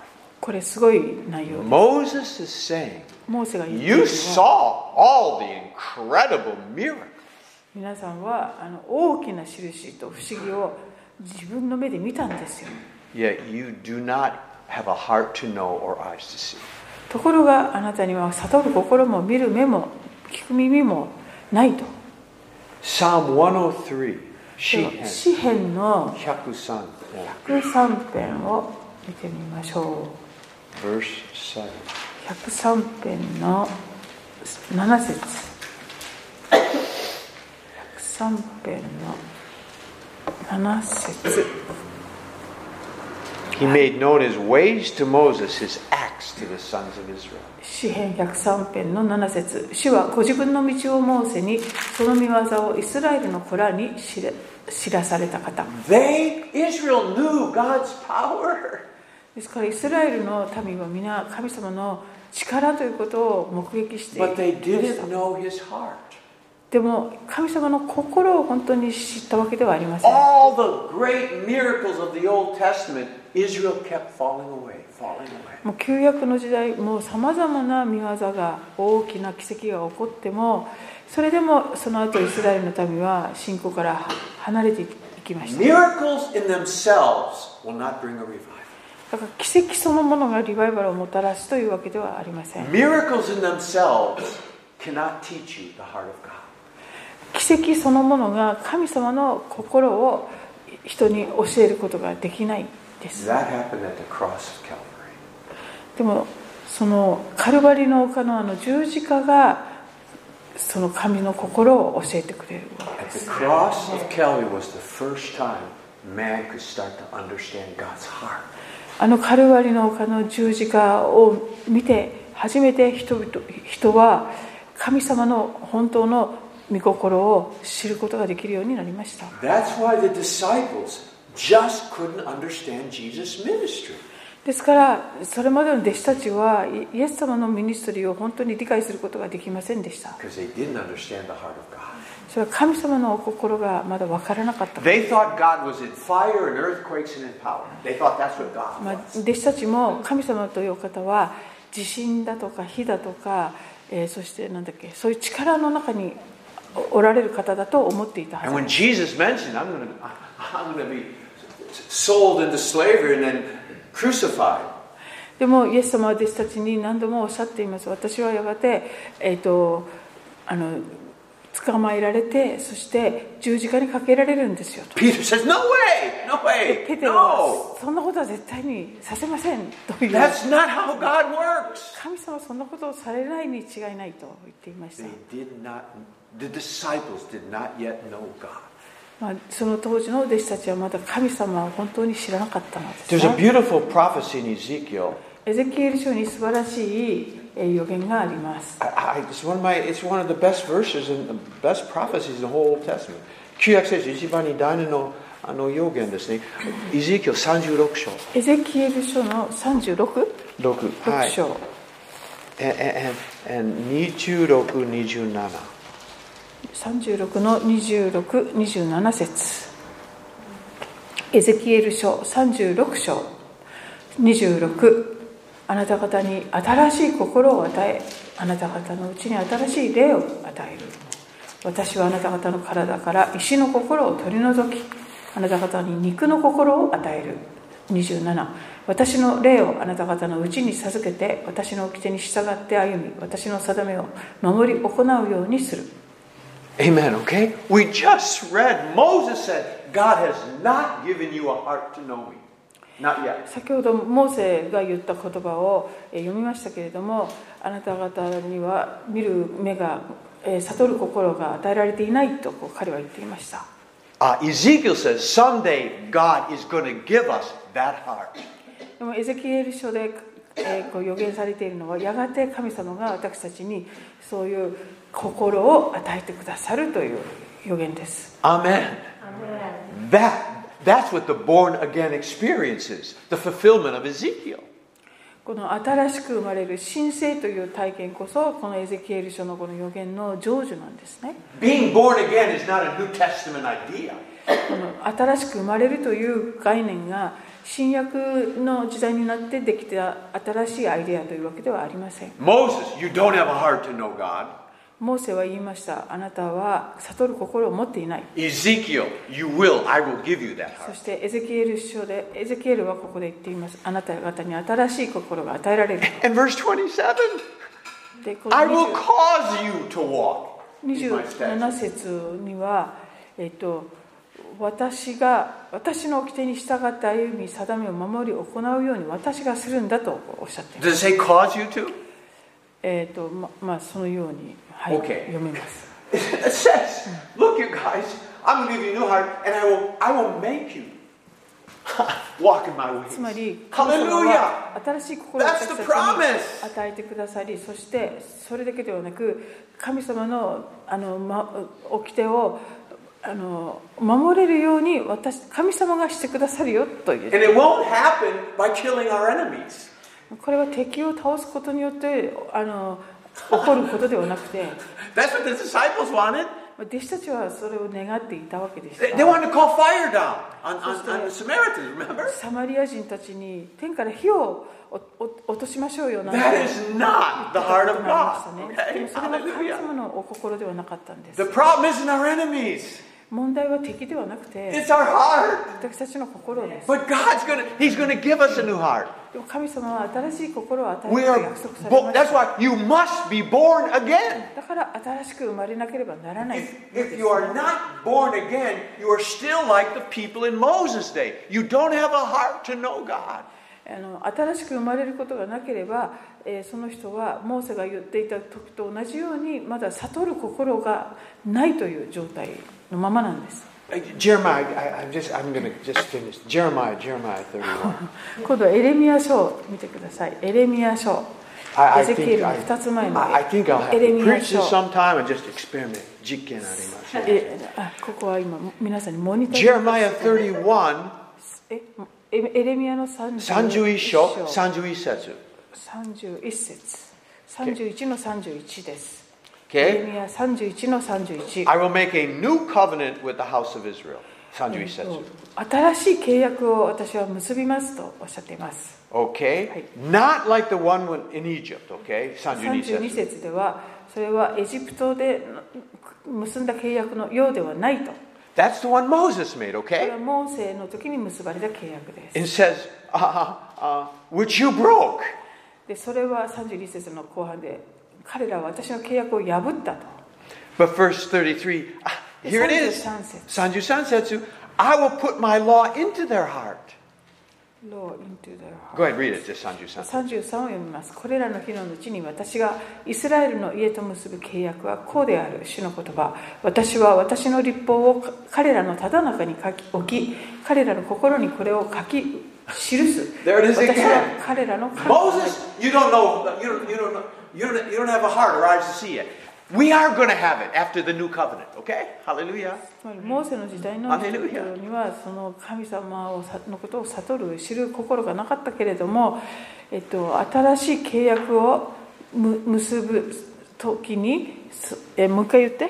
Speaker 2: これすごい内容
Speaker 1: Moses is saying,
Speaker 2: モーセが言っている
Speaker 1: You
Speaker 2: のは
Speaker 1: saw all the incredible miracles.
Speaker 2: 皆さんはあの大きな印と不思議を自分の目で見たんですよ
Speaker 1: Yet you do not have a heart to know or eyes to see.
Speaker 2: ところがあなたには悟る心も見る目も聞く耳もないと
Speaker 1: Psalm 103.
Speaker 2: では
Speaker 1: Shehan.
Speaker 2: 詩篇の
Speaker 1: Hyakusan. yeah,
Speaker 2: 103編を見てみましょう
Speaker 1: Verse 7.
Speaker 2: 103編の7節103編の7節
Speaker 1: He made known his ways to Moses, his acts to the sons of Israel.
Speaker 2: 詩編103編の7節主はご自分の道をモーセにその見業をイスラエルの子らに知れ知らされた方
Speaker 1: They, Israel, knew God's power.
Speaker 2: ですからイスラエルの民は皆神様の力ということを目撃していま
Speaker 1: But they
Speaker 2: した
Speaker 1: didn't know his heart.
Speaker 2: でも神様の心を本当に知ったわけではありません
Speaker 1: All the great miracles of the Old Testament, Israel kept falling away, falling away.
Speaker 2: もう旧約の時代もうさまざまな見業が大きな奇跡が起こってもそれでもその後イスラエルの民は信仰から離れていきましただ
Speaker 1: Miracles in themselves will not bring a revival.
Speaker 2: から奇跡そのものがリバイバルをもたらすというわけではありません
Speaker 1: Miracles in themselves cannot teach you the heart of God.
Speaker 2: 奇跡そのものが神様の心を人に教えることができないです。
Speaker 1: That happened at the cross of Calvary.
Speaker 2: でもそのカルバリの丘のあの十字架がその神の心を教えてくれるわけで
Speaker 1: At the
Speaker 2: す。
Speaker 1: cross of Calvary was the first time man could start to understand God's heart.
Speaker 2: あのカルバリの丘の十字架を見て初めて人々人は神様の本当の御心を知ることができるようになりました。
Speaker 1: That's why the disciples just couldn't understand Jesus' ministry.
Speaker 2: ですからそれまでの弟子たちはイイエス様のミニストリーを本当に理解することができませんでした
Speaker 1: Because they didn't understand the heart of God.
Speaker 2: それは神様のお心がまだ分からなかった、
Speaker 1: They thought God was in fire and earthquakes and in power. They thought that's what God
Speaker 2: まあ
Speaker 1: was.
Speaker 2: 弟子たちも神様というお方は地震だとか火だとか、えーそしてなんだっけそういう力の中におおられる方だと思っていた
Speaker 1: And
Speaker 2: は
Speaker 1: when
Speaker 2: ず
Speaker 1: Jesus mentioned, I'm going to, I'm going to be sold into slavery and then crucified,
Speaker 2: でもイエス様は弟子たちに何度もおっしゃっています私はやがて、えー、とあの捕まえられてそして十字架にかけられるんですよと
Speaker 1: Peter says, No way! No way!
Speaker 2: ペテロ
Speaker 1: No!
Speaker 2: はそんなことは絶対にさせませんという
Speaker 1: That's not how God works.
Speaker 2: 神様はそんなことをされないに違いないと言っていました
Speaker 1: They、did not, the disciples did not yet know God.
Speaker 2: まあ、その当時の弟子たちはまだ神様は本当に知らなかったのです、
Speaker 1: There's a
Speaker 2: ね、
Speaker 1: beautiful prophecy in Ezekiel.
Speaker 2: エゼキエル書に素晴らしいえー予言があります
Speaker 1: I, I, it's one of my, it's one of the best verses and the best prophecies in the whole Old Testament. 旧約聖書一番に大事なあの予言ですね。イゼキエル36章。
Speaker 2: エゼキエル書の 36?6
Speaker 1: 6。はい。
Speaker 2: 章、
Speaker 1: えええ26、27。
Speaker 2: 36の2627節エゼキエル書36章26あなた方に新しい心を与えあなた方のうちに新しい霊を与える私はあなた方の体から石の心を取り除きあなた方に肉の心を与える27私の霊をあなた方のうちに授けて私の掟に従って歩み私の定めを守り行うようにする
Speaker 1: Amen, okay? We just read, Moses said, God has not given you a heart to know me. Not yet.
Speaker 2: 先ほどモーセが言った言葉をえー読みましたけれどもあなた方には見る目がえー悟る心が与えられていないとこう彼は言っていました
Speaker 1: Uh, Ezekiel says, someday God is going to give us that heart.
Speaker 2: でもエゼキエル書でえーこう予言されているのはやがて神様が私たちにそういう心を与えてくださるという予言です
Speaker 1: Amen.
Speaker 3: Amen.
Speaker 1: That, that's what the born again experience is the fulfillment of Ezekiel.
Speaker 2: この新しく生まれる新生という体験こそこのエゼキエル書のこの予言の成就なんですね
Speaker 1: Being born again is not a New Testament idea.
Speaker 2: この新しく生まれるという概念が新約の時代になってできた新しいアイデアというわけではありません
Speaker 1: Moses, you don't have a heart to know God.
Speaker 2: モーセは言いましたあなたは悟る心を持っていない
Speaker 1: Ezekiel, you will, I will give you that
Speaker 2: そ
Speaker 1: heart.
Speaker 2: してエゼキエル書でエゼキエルはここで言っていますあなた方に新しい心が与えられる
Speaker 1: And verse 27.
Speaker 2: でこ
Speaker 1: I will
Speaker 2: の
Speaker 1: cause you to walk. in my
Speaker 2: 27
Speaker 1: statutes.
Speaker 2: 節にはえっと私が私の掟に従って歩み定めを守り行うように私がするんだとおっしゃっています
Speaker 1: Does it say cause you to?
Speaker 2: えーとままあ、そのように、はい
Speaker 1: Okay.
Speaker 2: 読みます
Speaker 1: It says, look, you guys, I'm going to give you a new heart, and I will, I will make you walk in my
Speaker 2: つま
Speaker 1: ways.
Speaker 2: り
Speaker 1: Hallelujah!
Speaker 2: 新しい心を
Speaker 1: That's
Speaker 2: 私
Speaker 1: the
Speaker 2: たちに
Speaker 1: promise!
Speaker 2: 与えてくださりそしてそれだけではなく神様のあの、ま、掟をあの守れるように私神様がしてくださるよとい
Speaker 1: And
Speaker 2: う
Speaker 1: it won't happen by killing our enemies.
Speaker 2: これは敵を倒すことによってあの起こることではなくて
Speaker 1: That's what the disciples wanted.
Speaker 2: 弟子たちはそれを願っていたわけでし
Speaker 1: They, they
Speaker 2: た
Speaker 1: wanted to call fire down on, on, on the Samaritans, remember?
Speaker 2: サマリア人たちに天から火をおお落としましょうよなんて
Speaker 1: That is not the heart of
Speaker 2: 言
Speaker 1: God.
Speaker 2: ってたことがあり
Speaker 1: Okay?
Speaker 2: ましたねでもそれは神
Speaker 1: Hallelujah.
Speaker 2: 様のお心ではなかったんです
Speaker 1: The problem isn't our enemies,
Speaker 2: 問題は敵ではなくて
Speaker 1: it's our heart.
Speaker 2: 私たちの心です
Speaker 1: But God's gonna He's gonna give us a new heart.
Speaker 2: でも神様は新しい心を与える
Speaker 1: We
Speaker 2: と
Speaker 1: are
Speaker 2: 約束され
Speaker 1: bo-
Speaker 2: まし
Speaker 1: that's
Speaker 2: た
Speaker 1: why you must be born again.
Speaker 2: だから新しく生まれなければならない
Speaker 1: If, if you are not born again, you are still like the people in Moses' day. You don't have a heart to know God.
Speaker 2: あの新しく生まれることがなければ、えーその人はモーセが言っていた時と同じようにまだ悟る心がないという状態のままなんです
Speaker 1: Uh, Jeremiah, I, I'm just I'm gonna just finish. Jeremiah, Jeremiah 31.
Speaker 2: 今度はエレミア書を見てくださいエレミア書
Speaker 1: I,
Speaker 2: エ
Speaker 1: I
Speaker 2: ゼキエ
Speaker 1: think
Speaker 2: ルの
Speaker 1: I,
Speaker 2: 2つ前の
Speaker 1: I, I think I'll have
Speaker 2: エレミ
Speaker 1: to
Speaker 2: ア
Speaker 1: preach
Speaker 2: 書
Speaker 1: this sometime and just experiment. 実験あります。
Speaker 2: えあここは今皆さんにモニター
Speaker 1: Jeremiah 31,
Speaker 2: えエレミアの31
Speaker 1: 31章
Speaker 2: 章
Speaker 1: 31節。
Speaker 2: 31節31の31ですエレ
Speaker 1: Okay?
Speaker 2: ミア31の31
Speaker 1: I will make a new covenant with the house of Israel. 31節。
Speaker 2: 新しい契約を私は結びますとおっしゃっています。
Speaker 1: Okay? Not like the one when- in Egypt, okay? 32節。
Speaker 2: 32節では、それはエジプトで結んだ契約のようではないと。こ
Speaker 1: That's the one Moses made,
Speaker 2: れは
Speaker 1: okay?
Speaker 2: モーセの時に結ばれた契約です。
Speaker 1: It says, uh, uh, which you broke.
Speaker 2: で、それは32節の後半で、彼らは私の契約を破ったと。
Speaker 1: But verse 33, ah, here it is.
Speaker 2: 33節
Speaker 1: 33節 I will put my law into their heart.
Speaker 2: Law into their heart.
Speaker 1: Go ahead, read it, just 33節。
Speaker 2: 33を読みます。これらの日の後に私がイスラエルの家と結ぶ契約はこうである、主の言葉。私は私の立法を彼らのただ中に書き置き、彼らの心にこれを書き記す。
Speaker 1: There it is
Speaker 2: 私
Speaker 1: again.
Speaker 2: は彼らの神
Speaker 1: Moses, you don't know, you don't, you don't, know, you don't, you don't have a heart or eyes to see it. We are going to have it after the new covenant, okay? Hallelujah.
Speaker 2: つまりモーセの時代の人々にはその神様をさのことを悟る知る心がなかったけれども、えっと、新しい契約をむ結ぶ時にそえもう一回言って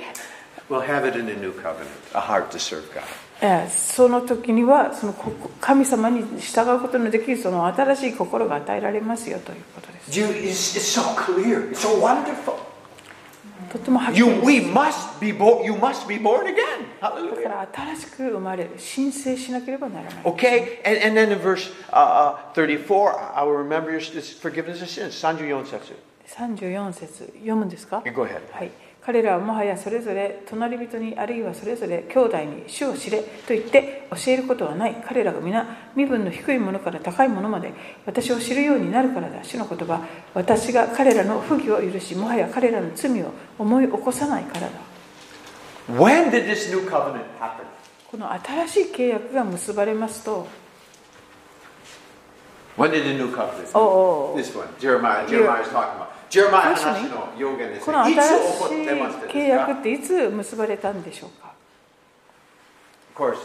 Speaker 1: We'll have it in the new covenant, a heart to serve God.
Speaker 2: えーその時にはそのこ神様に従うことのできるその新しい心が与えられますよということです。
Speaker 1: Dude, it's, it's so clear. It's so wonderful.
Speaker 2: とてもはっきり
Speaker 1: You,
Speaker 2: で
Speaker 1: we must be born. You must be born again.
Speaker 2: す
Speaker 1: Hallelujah.
Speaker 2: だから新しく生まれる申請しなければならない。
Speaker 1: Okay, and, and then in verse uh, uh, 34, I will remember your this forgiveness of sins. Sanju Yon Setsu.
Speaker 2: 34節読むんですか
Speaker 1: Go ahead.
Speaker 2: はい、彼らはもはやそれぞれ隣人にあるいはそれぞれ兄弟に主を知れと言って教えることはない彼らが皆身分の低いものから高いものまで私を知るようになるからだ主の言葉私が彼らの不義を許しもはや彼らの罪を思い起こさないからだ
Speaker 1: When did this new covenant happen?
Speaker 2: この新しい契約が結ばれますと
Speaker 1: When did the new covenant?
Speaker 2: おうおう
Speaker 1: This one, Jeremiah. Jeremiah's talking about Jeremiah.
Speaker 2: First one.
Speaker 1: 話の予言ですね。
Speaker 2: この新しい契
Speaker 1: い
Speaker 2: 約
Speaker 1: つ起こってますですか？
Speaker 2: っていつ結ばれたんでしょうか
Speaker 1: Of course,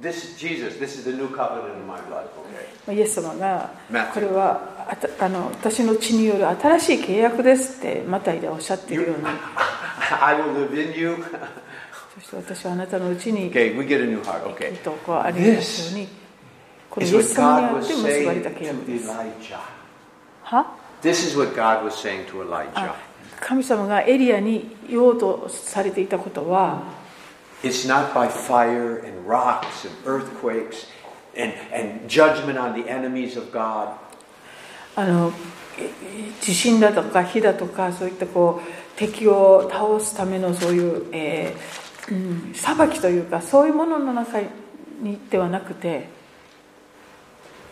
Speaker 1: this Jesus, this is the new covenant in my blood. Okay.
Speaker 2: イエス様が
Speaker 1: Matthew
Speaker 2: これはあたあの私の血による新しい契約ですってマタイでおっしゃっているように
Speaker 1: I will live in you.
Speaker 2: そして私はあなたのうちに
Speaker 1: Okay, we get a new heart.
Speaker 2: 生き
Speaker 1: Okay.
Speaker 2: るとこうありますようにこのイ
Speaker 1: It's
Speaker 2: エス
Speaker 1: what
Speaker 2: 様に
Speaker 1: God
Speaker 2: あっ
Speaker 1: was
Speaker 2: て結ばれ
Speaker 1: saying
Speaker 2: た契約
Speaker 1: to
Speaker 2: です
Speaker 1: Elijah.
Speaker 2: は
Speaker 1: This is what God was saying to Elijah.
Speaker 2: あ神様がエリアに言おうとされていたことは
Speaker 1: It's not by fire and rocks and earthquakes and, and judgment on the enemies of God.
Speaker 2: あのえ地震だとか火だとかそういったこう敵を倒すためのそういう、えーうん、裁きというかそういうものの中にではなくて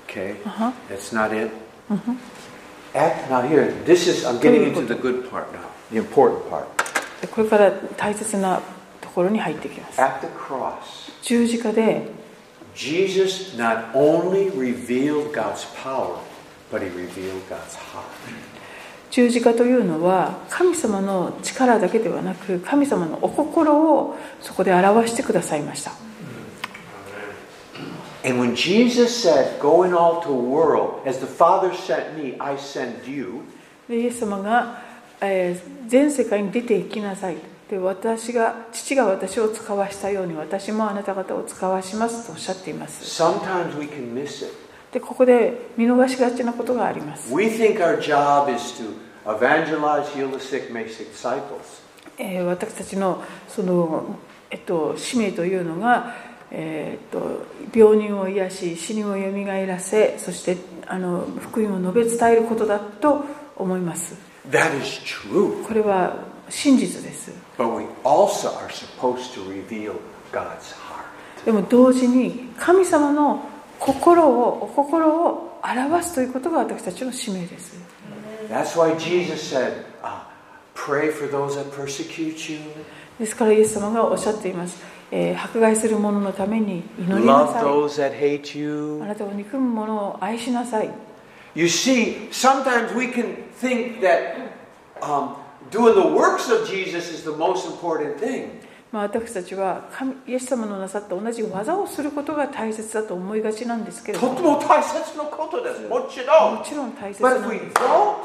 Speaker 1: Okay?
Speaker 2: は
Speaker 1: That's not it. Act, now here, this is, I'm getting into the good part now, the important part.
Speaker 2: でこれから大切なところに入ってきます
Speaker 1: At the cross,
Speaker 2: 十字架で
Speaker 1: Jesus not only revealed God's power, but he revealed God's heart.
Speaker 2: 十字架というのは神様の力だけではなく神様のお心をそこで表してくださいました
Speaker 1: And when Jesus said, Go in all to the world, as the Father sent me, I send you,
Speaker 2: でイエス様が、えー全世界に出て行きなさいで私が父が私を使わしたように私もあなた方を使わしますとおっしゃっています
Speaker 1: Sometimes we can miss it.
Speaker 2: でここで見逃しがちなことがあります
Speaker 1: We think our job is to evangelize, heal the sick, make disciples.
Speaker 2: えー私たちのその、えっと、使命というのが、えーっと病人を癒し死人をよみがえらせそしてあの福音を述べ伝えることだと思います
Speaker 1: That is true.
Speaker 2: これは真実です
Speaker 1: But we also are supposed to reveal God's heart.
Speaker 2: でも同時に神様の心をお心を表すということが私たちの使命です
Speaker 1: That's why Jesus said, uh, Pray for those that persecute you,
Speaker 2: ですからイエス様がおっしゃっています、えー迫害する者のために祈りな
Speaker 1: love
Speaker 2: さい
Speaker 1: those that hate
Speaker 2: あ
Speaker 1: you.
Speaker 2: なたを憎む者を愛しなさい
Speaker 1: You see, sometimes we can think that um, doing the works of Jesus is the most important thing.
Speaker 2: まあ、私たちは神イエス様のなさった同じ技をすることが大切だと思いがちなんですけれどもも
Speaker 1: とても大切なことです。もちろん。
Speaker 2: ちろん大切
Speaker 1: But if
Speaker 2: なん
Speaker 1: we
Speaker 2: です
Speaker 1: don't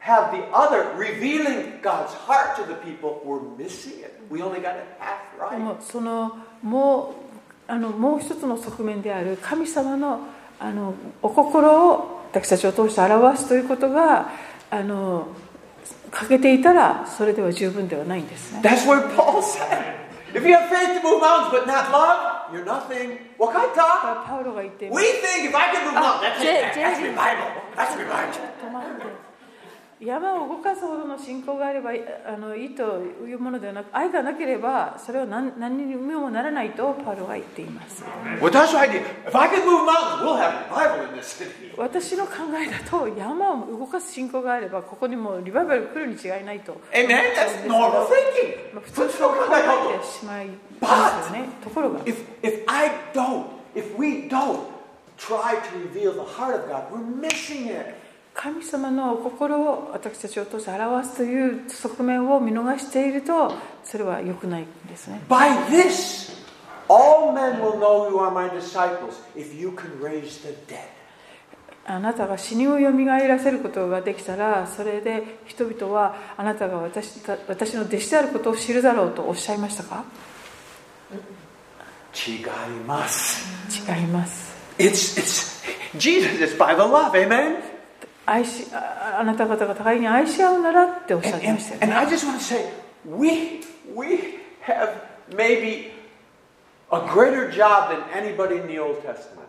Speaker 1: have the other revealing God's heart to the people, we're missing it. We only got it half
Speaker 2: で
Speaker 1: right.
Speaker 2: もそのもうあのもう一つの側面である神様のあのお心を私たちを通して表すということがあの欠けていたらそれでは十分ではないんですね
Speaker 1: That's what Paul said. If you have faith to move mountains but not love, you're nothing. Wakata.
Speaker 2: パウロが言っています
Speaker 1: We think if I can move mountains, that's
Speaker 2: J-
Speaker 1: it. That's
Speaker 2: J-
Speaker 1: revival. That's revival.
Speaker 2: 止まって山を動かすほどの信仰があればあのいいというものではなく愛がなければそれは何何にもならないとパウロは言っています
Speaker 1: Well, that's what I did. If I can move mountains, we'll have revival in this city.
Speaker 2: 私の考えだと山を動かす信仰があればここにもリバイバルが来るに違いないと
Speaker 1: Amen? That's normal thinking.
Speaker 2: まあ普通の考
Speaker 1: Let's go
Speaker 2: えてしまいますよねところが
Speaker 1: If, if I don't, if we don't try to reveal the heart of God, we're missing it.
Speaker 2: 神様のお心を私たちを通して表すという側面を見逃しているとそれは良くないんですね
Speaker 1: By this, all men will know you are my disciples if you can raise the dead.
Speaker 2: あなたが死人をよみがえらせることができたらそれで人々はあなたが私た私の弟子であることを知るだろうとおっしゃいましたか
Speaker 1: Chigaimas.
Speaker 2: 違います
Speaker 1: It's, it's, Jesus It's by the love, amen?
Speaker 2: 愛しああなた方が互いに愛し合うならっておっしゃ
Speaker 1: And,
Speaker 2: ってま
Speaker 1: and,
Speaker 2: したよ
Speaker 1: and
Speaker 2: ね
Speaker 1: I just want to say, we, we have maybe a greater job than anybody in the Old Testament.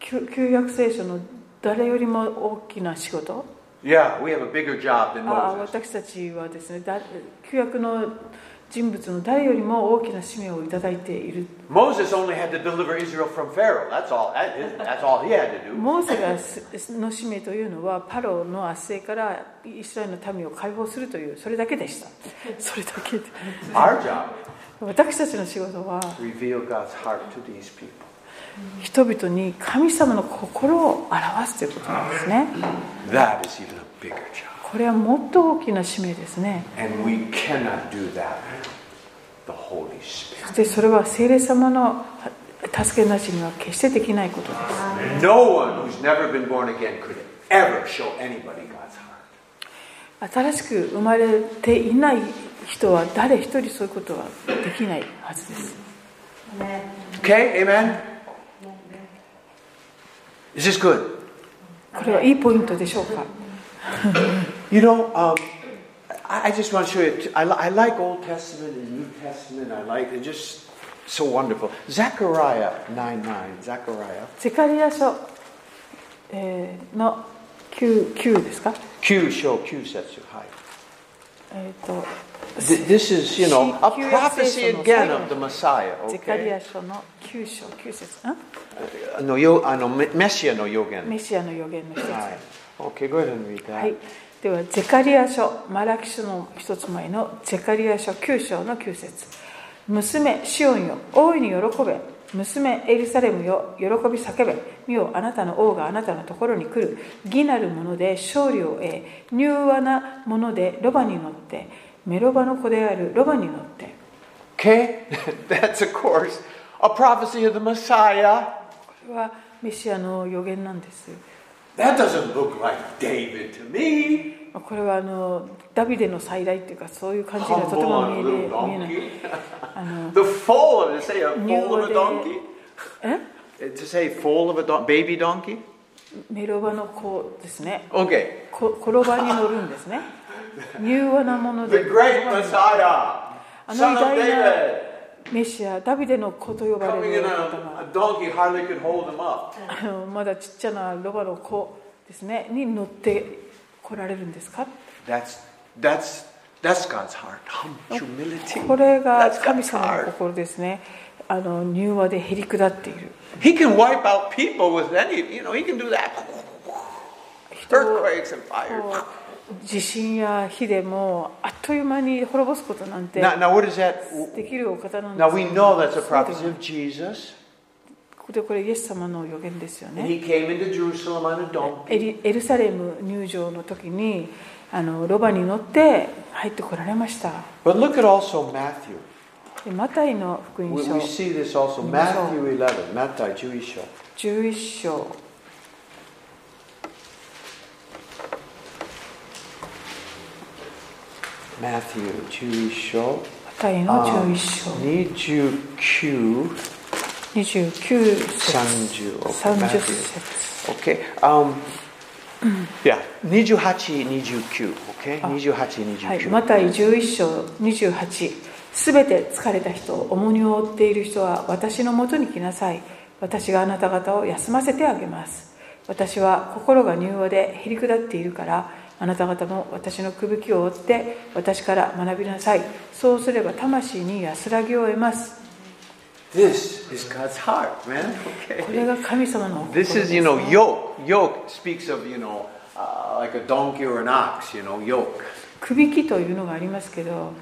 Speaker 2: 旧旧約聖書の誰よりも大きな仕事
Speaker 1: Yeah, we have a bigger job than
Speaker 2: ああ
Speaker 1: Moses.
Speaker 2: 私たちはですねだ旧約の人物の誰よりも大きな使命をいただいている
Speaker 1: Moses only had to deliver Israel from Pharaoh. That's all. That is, that's all he had to do.
Speaker 2: モーセがすの使命というのはパロの圧政からイスラエルの民を解放するというそれだけでしたそれだけで
Speaker 1: Our job:
Speaker 2: 私たちの仕事は
Speaker 1: reveal God's heart to these people.
Speaker 2: 人々に神様の心を表すということなんですね
Speaker 1: That is even a bigger job,
Speaker 2: これはもっと大きな使命ですね
Speaker 1: and we cannot do that. without The Holy Spirit.
Speaker 2: そしてそれは聖霊様の助けなしには決してできないことです
Speaker 1: No one who's never been born again could ever show anybody God's heart.
Speaker 2: 新しく生まれていない人は誰一人そういうことはできないはずです
Speaker 1: Okay, Amen. Is this good?
Speaker 2: これはいいポイントでしょうか
Speaker 1: You know, um, I, I just want to show you. I, li- I like Old Testament and New Testament. I like it's just so wonderful. Zechariah nine nine. Zechariah
Speaker 2: ゼカリア書、えーの 9, 9ですか、
Speaker 1: Q show Q sets you high.
Speaker 2: えー、と
Speaker 1: Th- This is you know a
Speaker 2: Q
Speaker 1: prophecy
Speaker 2: sets you
Speaker 1: again
Speaker 2: high.
Speaker 1: of the Messiah.
Speaker 2: ゼカリ
Speaker 1: Okay.
Speaker 2: ア書の9章9節ん
Speaker 1: Uh, No, yo, uh, no, me- Messiah no yogen.
Speaker 2: メシアの予言の一つ、
Speaker 1: Hi.
Speaker 2: は
Speaker 1: Okay, go ahead and read
Speaker 2: い
Speaker 1: that.
Speaker 2: ではゼカリア書マラキ書の一つ前のゼカリア書9章の9節娘シオンよ大いに喜べ娘エルサレムよ喜び叫べ見よあなたの王があなたのところに来る義なる者で勝利を得柔和な者でロバに乗ってメロバの子であるロバに乗って
Speaker 1: Okay, that's of course a prophecy of the Messiah.
Speaker 2: これはメシアの予言なんです
Speaker 1: That doesn't look like David to me.
Speaker 2: まあこれはあのダビデの最大っていうかそういう感じが
Speaker 1: Come
Speaker 2: とても見
Speaker 1: on,
Speaker 2: える
Speaker 1: little
Speaker 2: 見えない
Speaker 1: donkey.
Speaker 2: あ の
Speaker 1: The foal, to say a
Speaker 2: New
Speaker 1: foal of a
Speaker 2: order.
Speaker 1: donkey?
Speaker 2: え
Speaker 1: Uh, To say foal of a don- baby donkey?
Speaker 2: メロバの子ですね
Speaker 1: Okay.
Speaker 2: こ転ばに乗るんです ね柔和なもの
Speaker 1: The
Speaker 2: で
Speaker 1: great Messiah,
Speaker 2: Ano
Speaker 1: son of
Speaker 2: yung dahil na-
Speaker 1: David,
Speaker 2: メシアダビデの子と呼ば
Speaker 1: coming
Speaker 2: れ
Speaker 1: in
Speaker 2: る
Speaker 1: a,
Speaker 2: 方が
Speaker 1: a donkey hardly could hold him up.
Speaker 2: あのまだちっちゃなロバの子ですねに乗って来られるんですか
Speaker 1: That's that's that's God's heart. Hum- Humility.
Speaker 2: これが
Speaker 1: That's
Speaker 2: 神
Speaker 1: God's
Speaker 2: 様の
Speaker 1: heart.
Speaker 2: 心ですねあの柔和でへりくだっている
Speaker 1: He can wipe out people with any, you know, he can do that.
Speaker 2: 人を
Speaker 1: Earthquakes and fires.
Speaker 2: こう地震や火でもあっという間に滅ぼすことなんて
Speaker 1: Now, now what is that?
Speaker 2: できるお方なんです
Speaker 1: Now we know that's a
Speaker 2: そう
Speaker 1: prophecy
Speaker 2: では
Speaker 1: of Jesus.
Speaker 2: ここでこれイエス様の予言ですよ
Speaker 1: And
Speaker 2: ね
Speaker 1: he came into Jerusalem on a donkey.
Speaker 2: エリエルサレム入場の時にあのロバに乗って入ってこられました
Speaker 1: But look at also Matthew.
Speaker 2: でマタイの福音
Speaker 1: We,
Speaker 2: 書
Speaker 1: we see this also.
Speaker 2: Initial.
Speaker 1: Matthew 11, Matthew, Jewish.
Speaker 2: 11章
Speaker 1: Matthew, Jewish.
Speaker 2: マタイの11章
Speaker 1: Um, 29
Speaker 2: 29節
Speaker 1: 30
Speaker 2: 30
Speaker 1: Matthew.
Speaker 2: 節
Speaker 1: okay um yeah 28 29 okay 28
Speaker 2: はい、
Speaker 1: 29
Speaker 2: マタイ11章28すべて疲れた人重荷を負っている人は私のもとに来なさい私があなた方を休ませてあげます私は心が柔和でへりくだっているからあなた方も私のくぶきを負って私から学びなさいそうすれば魂に安らぎを得ます
Speaker 1: this is God's heart man
Speaker 2: こ
Speaker 1: okay
Speaker 2: れが神様のお心
Speaker 1: this is you know
Speaker 2: ですね
Speaker 1: yoke yoke speaks of you know uh, like a donkey or an ox you know yoke
Speaker 2: くびきというのがありますけど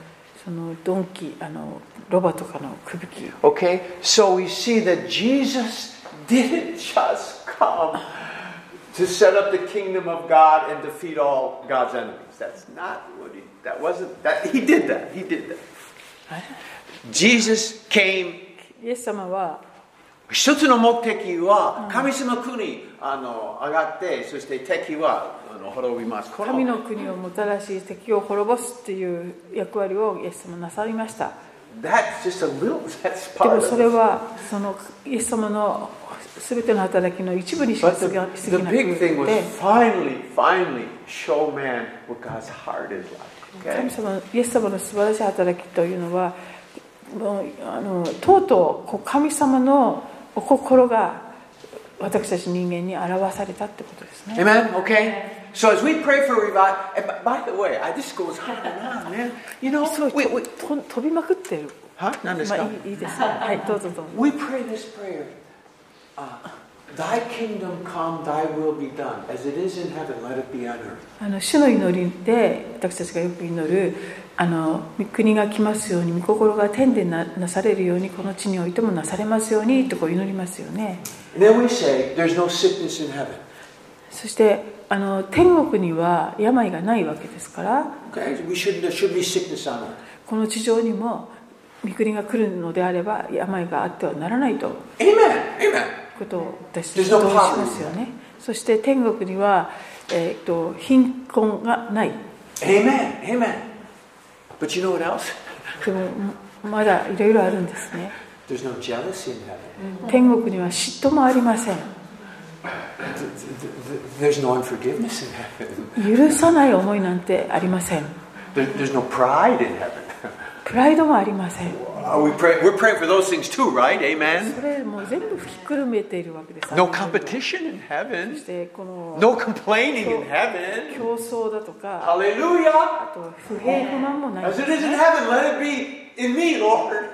Speaker 2: そのドンキあのロバとかのくびき
Speaker 1: okay so we see that Jesus didn't just come to set up the kingdom of God and defeat all God's enemies that's not what he that wasn't that he did that he did that
Speaker 2: あれ
Speaker 1: Jesus came
Speaker 2: イエス様は
Speaker 1: 一つの目的は神様の国にあの上がってそして敵はあの滅びますこ
Speaker 2: 神
Speaker 1: の
Speaker 2: の国をもたらし敵を滅ぼすっていう役割をイエス様なさいました
Speaker 1: That's just a little that's
Speaker 2: で
Speaker 1: part
Speaker 2: もそれ
Speaker 1: of it.
Speaker 2: はそのイエス様の全ての働きの一部にしか
Speaker 1: But the,
Speaker 2: 過ぎなく
Speaker 1: the big thing was
Speaker 2: て
Speaker 1: finally, finally show man what God's heart is like.
Speaker 2: 神
Speaker 1: Okay?
Speaker 2: 様イエス様の素晴らしい働きというのはもうあのとうとうこう神様のお心が私たち人間に表されたってことですね
Speaker 1: Amen? Okay? So as we pray for revival, and b- by the way, I, this goes on and on, man. You know,
Speaker 2: すごい
Speaker 1: we,
Speaker 2: と
Speaker 1: we,
Speaker 2: と飛びまくってる。
Speaker 1: huh? 何です
Speaker 2: ま
Speaker 1: か、
Speaker 2: あいいいいですね。はい、どうぞどうぞ。
Speaker 1: We pray this prayer. Uh, thy kingdom come, thy will be done. As it is in heaven, let it be on earth.
Speaker 2: あの主の祈りで私たちがよく祈るあの御国が来ますように御心が天でななされるようにこの地においてもなされますようにとこう祈りますよね。
Speaker 1: And then we say, there's no sickness in heaven.
Speaker 2: そしてあの天国には病がないわけですから
Speaker 1: Okay? We shouldn't, there should be sickness on earth.
Speaker 2: この地上にも御国が来るのであれば病があってはならないという
Speaker 1: Amen. Amen.
Speaker 2: ことを私たちは同意しますよね。そして天国には、えーっと貧困がない。
Speaker 1: Amen. Amen. But you know what else?
Speaker 2: でもまだいろいろあるんですね。
Speaker 1: There's no jealousy in heaven.
Speaker 2: 天国には嫉妬もありません
Speaker 1: Th- th- th- There's no unforgiveness in heaven.
Speaker 2: 許さない思いなんてありません
Speaker 1: There- There's no pride in heaven.
Speaker 2: プライドもありません
Speaker 1: Uh, we pray, we're praying for those things too, right? Amen.
Speaker 2: それもう全部ひっくるめているわけです
Speaker 1: No
Speaker 2: そ
Speaker 1: competition in heaven.
Speaker 2: してこの
Speaker 1: No complaining in heaven.
Speaker 2: 競争だとか
Speaker 1: Hallelujah.
Speaker 2: あと不平不満もない
Speaker 1: As it is in heaven, let it be in me, Lord.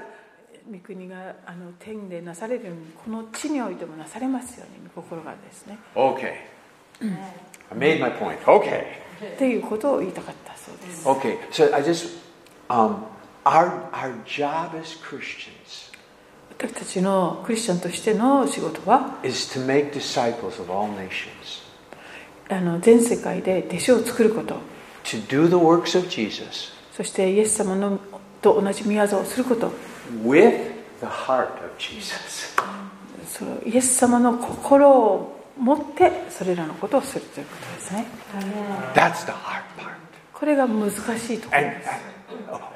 Speaker 2: 御国があの天でなされるようにこの地においてもなされますように御心がですね
Speaker 1: Okay. I made my point. Okay.
Speaker 2: っていうことを言いたかったそうです
Speaker 1: Okay. So I just, um, our, our job as Christians
Speaker 2: 私たちのクリスチャンとしての仕事は
Speaker 1: is to make disciples of all nations,
Speaker 2: あの全世界で弟子を作ること
Speaker 1: to do the works of Jesus
Speaker 2: そしてイエス様のと同じ御業をすること
Speaker 1: with the heart of Jesus.
Speaker 2: そのイエス様の心を持ってそれらのことをするということですね
Speaker 1: That's the hard part.
Speaker 2: これが難しいところ
Speaker 1: And
Speaker 2: です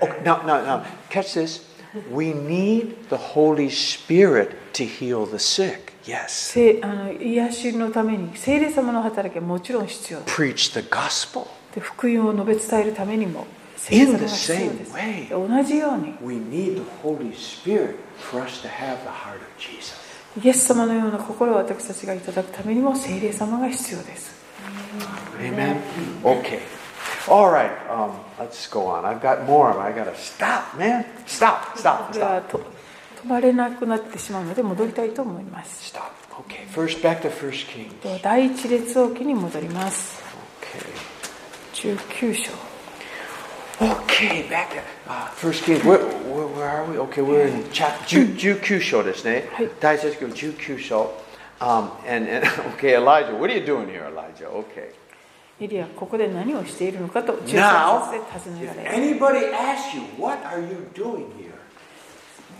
Speaker 1: okay, now, now, now, catch this. We need the Holy Spirit to heal the sick. Yes.
Speaker 2: せあの癒しのために聖霊様の働きはもちろん必要です
Speaker 1: Preach the gospel.
Speaker 2: で福音を述べ伝えるためにも聖霊様が
Speaker 1: In the
Speaker 2: 必要です
Speaker 1: same way.
Speaker 2: で同じように
Speaker 1: We need the Holy Spirit for us to have the heart of Jesus.
Speaker 2: イエス様のような心を私たちがいただくためにも聖霊様が必要です
Speaker 1: Amen. Okay. All right. Um, let's go on. I've got more. I gotta stop, man. Stop. Stop.
Speaker 2: で
Speaker 1: Stop.
Speaker 2: はと止まれなくなってしまうので戻りたいと思います
Speaker 1: Stop. Okay. First, back to First King.
Speaker 2: では第一列王記に戻ります
Speaker 1: Okay.
Speaker 2: 19章
Speaker 1: Okay. Back to uh, First King. Where, where, where are we? Okay. We're in chapter 19 show this name.
Speaker 2: はい。
Speaker 1: 19 show. Um, and, and okay, Elijah. What are you doing here, Elijah? Okay.
Speaker 2: エリアはここで何をしているのかと13節
Speaker 1: Now,
Speaker 2: で尋ね
Speaker 1: if
Speaker 2: られ
Speaker 1: anybody asks you, what are you doing here?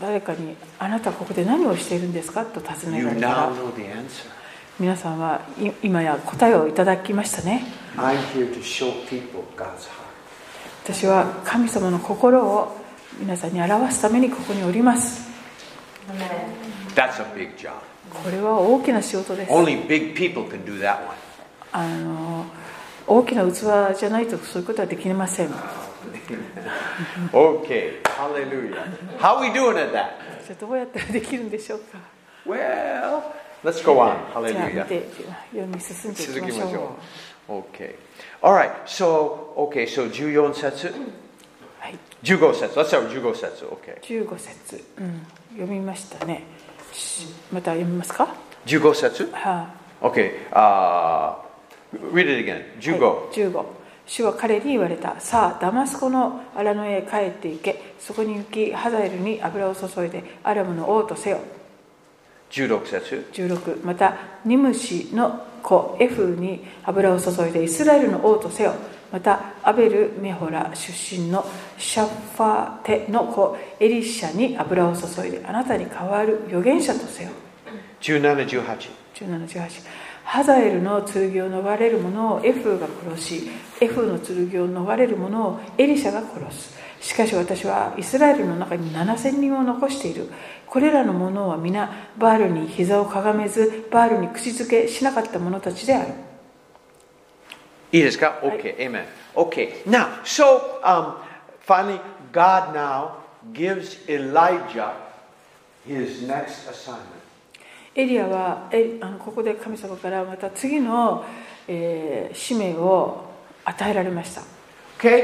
Speaker 2: 誰かに「あなたここで何をしているんですか?」と尋ね
Speaker 1: You
Speaker 2: られた
Speaker 1: now
Speaker 2: ら
Speaker 1: know the answer.
Speaker 2: 皆さんはい今や答えをいただきましたね
Speaker 1: I'm here to show people God's heart.
Speaker 2: 私は神様の心を皆さんに表すためにここにおります
Speaker 3: Amen.
Speaker 1: That's a big job.
Speaker 2: これは大きな仕事です
Speaker 1: Only big people can do that one.
Speaker 2: あの大きな器じゃないとそういうことはできません
Speaker 1: Okay, hallelujah. How we doing at that?
Speaker 2: じゃあどうやったらできるんでしょうか
Speaker 1: Well, let's go on.
Speaker 2: じゃあ見
Speaker 1: Hallelujah.
Speaker 2: て読み進んでいきましょう
Speaker 1: 続きましょう。Okay. All right. So, okay, so 14節
Speaker 2: はい
Speaker 1: 15節 Let's start with 15節 Okay.
Speaker 2: 15節、うん、読みましたねしまた読みますかは
Speaker 1: 15節
Speaker 2: あ
Speaker 1: Okay. Uh, read it again.
Speaker 2: は
Speaker 1: 15.
Speaker 2: い15主は彼に言われたさあダマスコの荒野へ帰って行けそこに行きハザエルに油を注いでアラムの王とせよ
Speaker 1: 16節
Speaker 2: 16またニムシの子エフに油を注いでイスラエルの王とせよまたアベル・メホラ出身のシャッファテの子エリシャに油を注いであなたに代わる預言者とせよ
Speaker 1: 17、18.
Speaker 2: 1718ハザエルの剣を逃れる者をエフが殺しエフの剣を逃れる者をエリシャが殺すしかし私はイスラエルの中に7000人を残しているこれらの者は皆バールに膝をかがめずバールに口づけしなかった者たちである
Speaker 1: いいですか ?OK、Amen。OK。Now, so,、um, finally, God now gives Elijah his next assignment.
Speaker 2: エリアはえあのここで神様からまた次の、えー使命を与えられました
Speaker 1: OK? I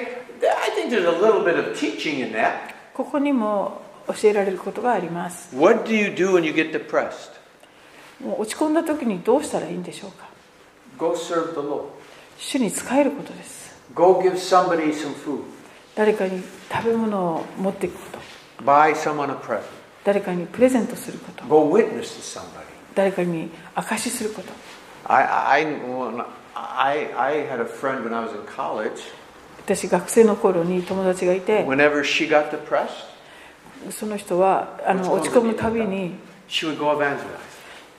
Speaker 1: think there's a little bit of teaching in that.
Speaker 2: ここにも教えられることがあります
Speaker 1: What do you do when you get depressed?
Speaker 2: もう落ち込んだ時にどうしたらいいんでしょうか
Speaker 1: Go serve the Lord.
Speaker 2: 主に仕えることです
Speaker 1: Go give somebody some food.
Speaker 2: 誰かに食べ物を持っていくこと
Speaker 1: Buy someone a present.
Speaker 2: 誰かにプレゼントすること
Speaker 1: Go witness to somebody.
Speaker 2: 誰かに証しすること
Speaker 1: I, I, when I, I had a friend when I was in college.
Speaker 2: 私学生の頃に友達がいて
Speaker 1: Whenever she got depressed,
Speaker 2: その人はあの落ち込むたびに
Speaker 1: she would go evangelize.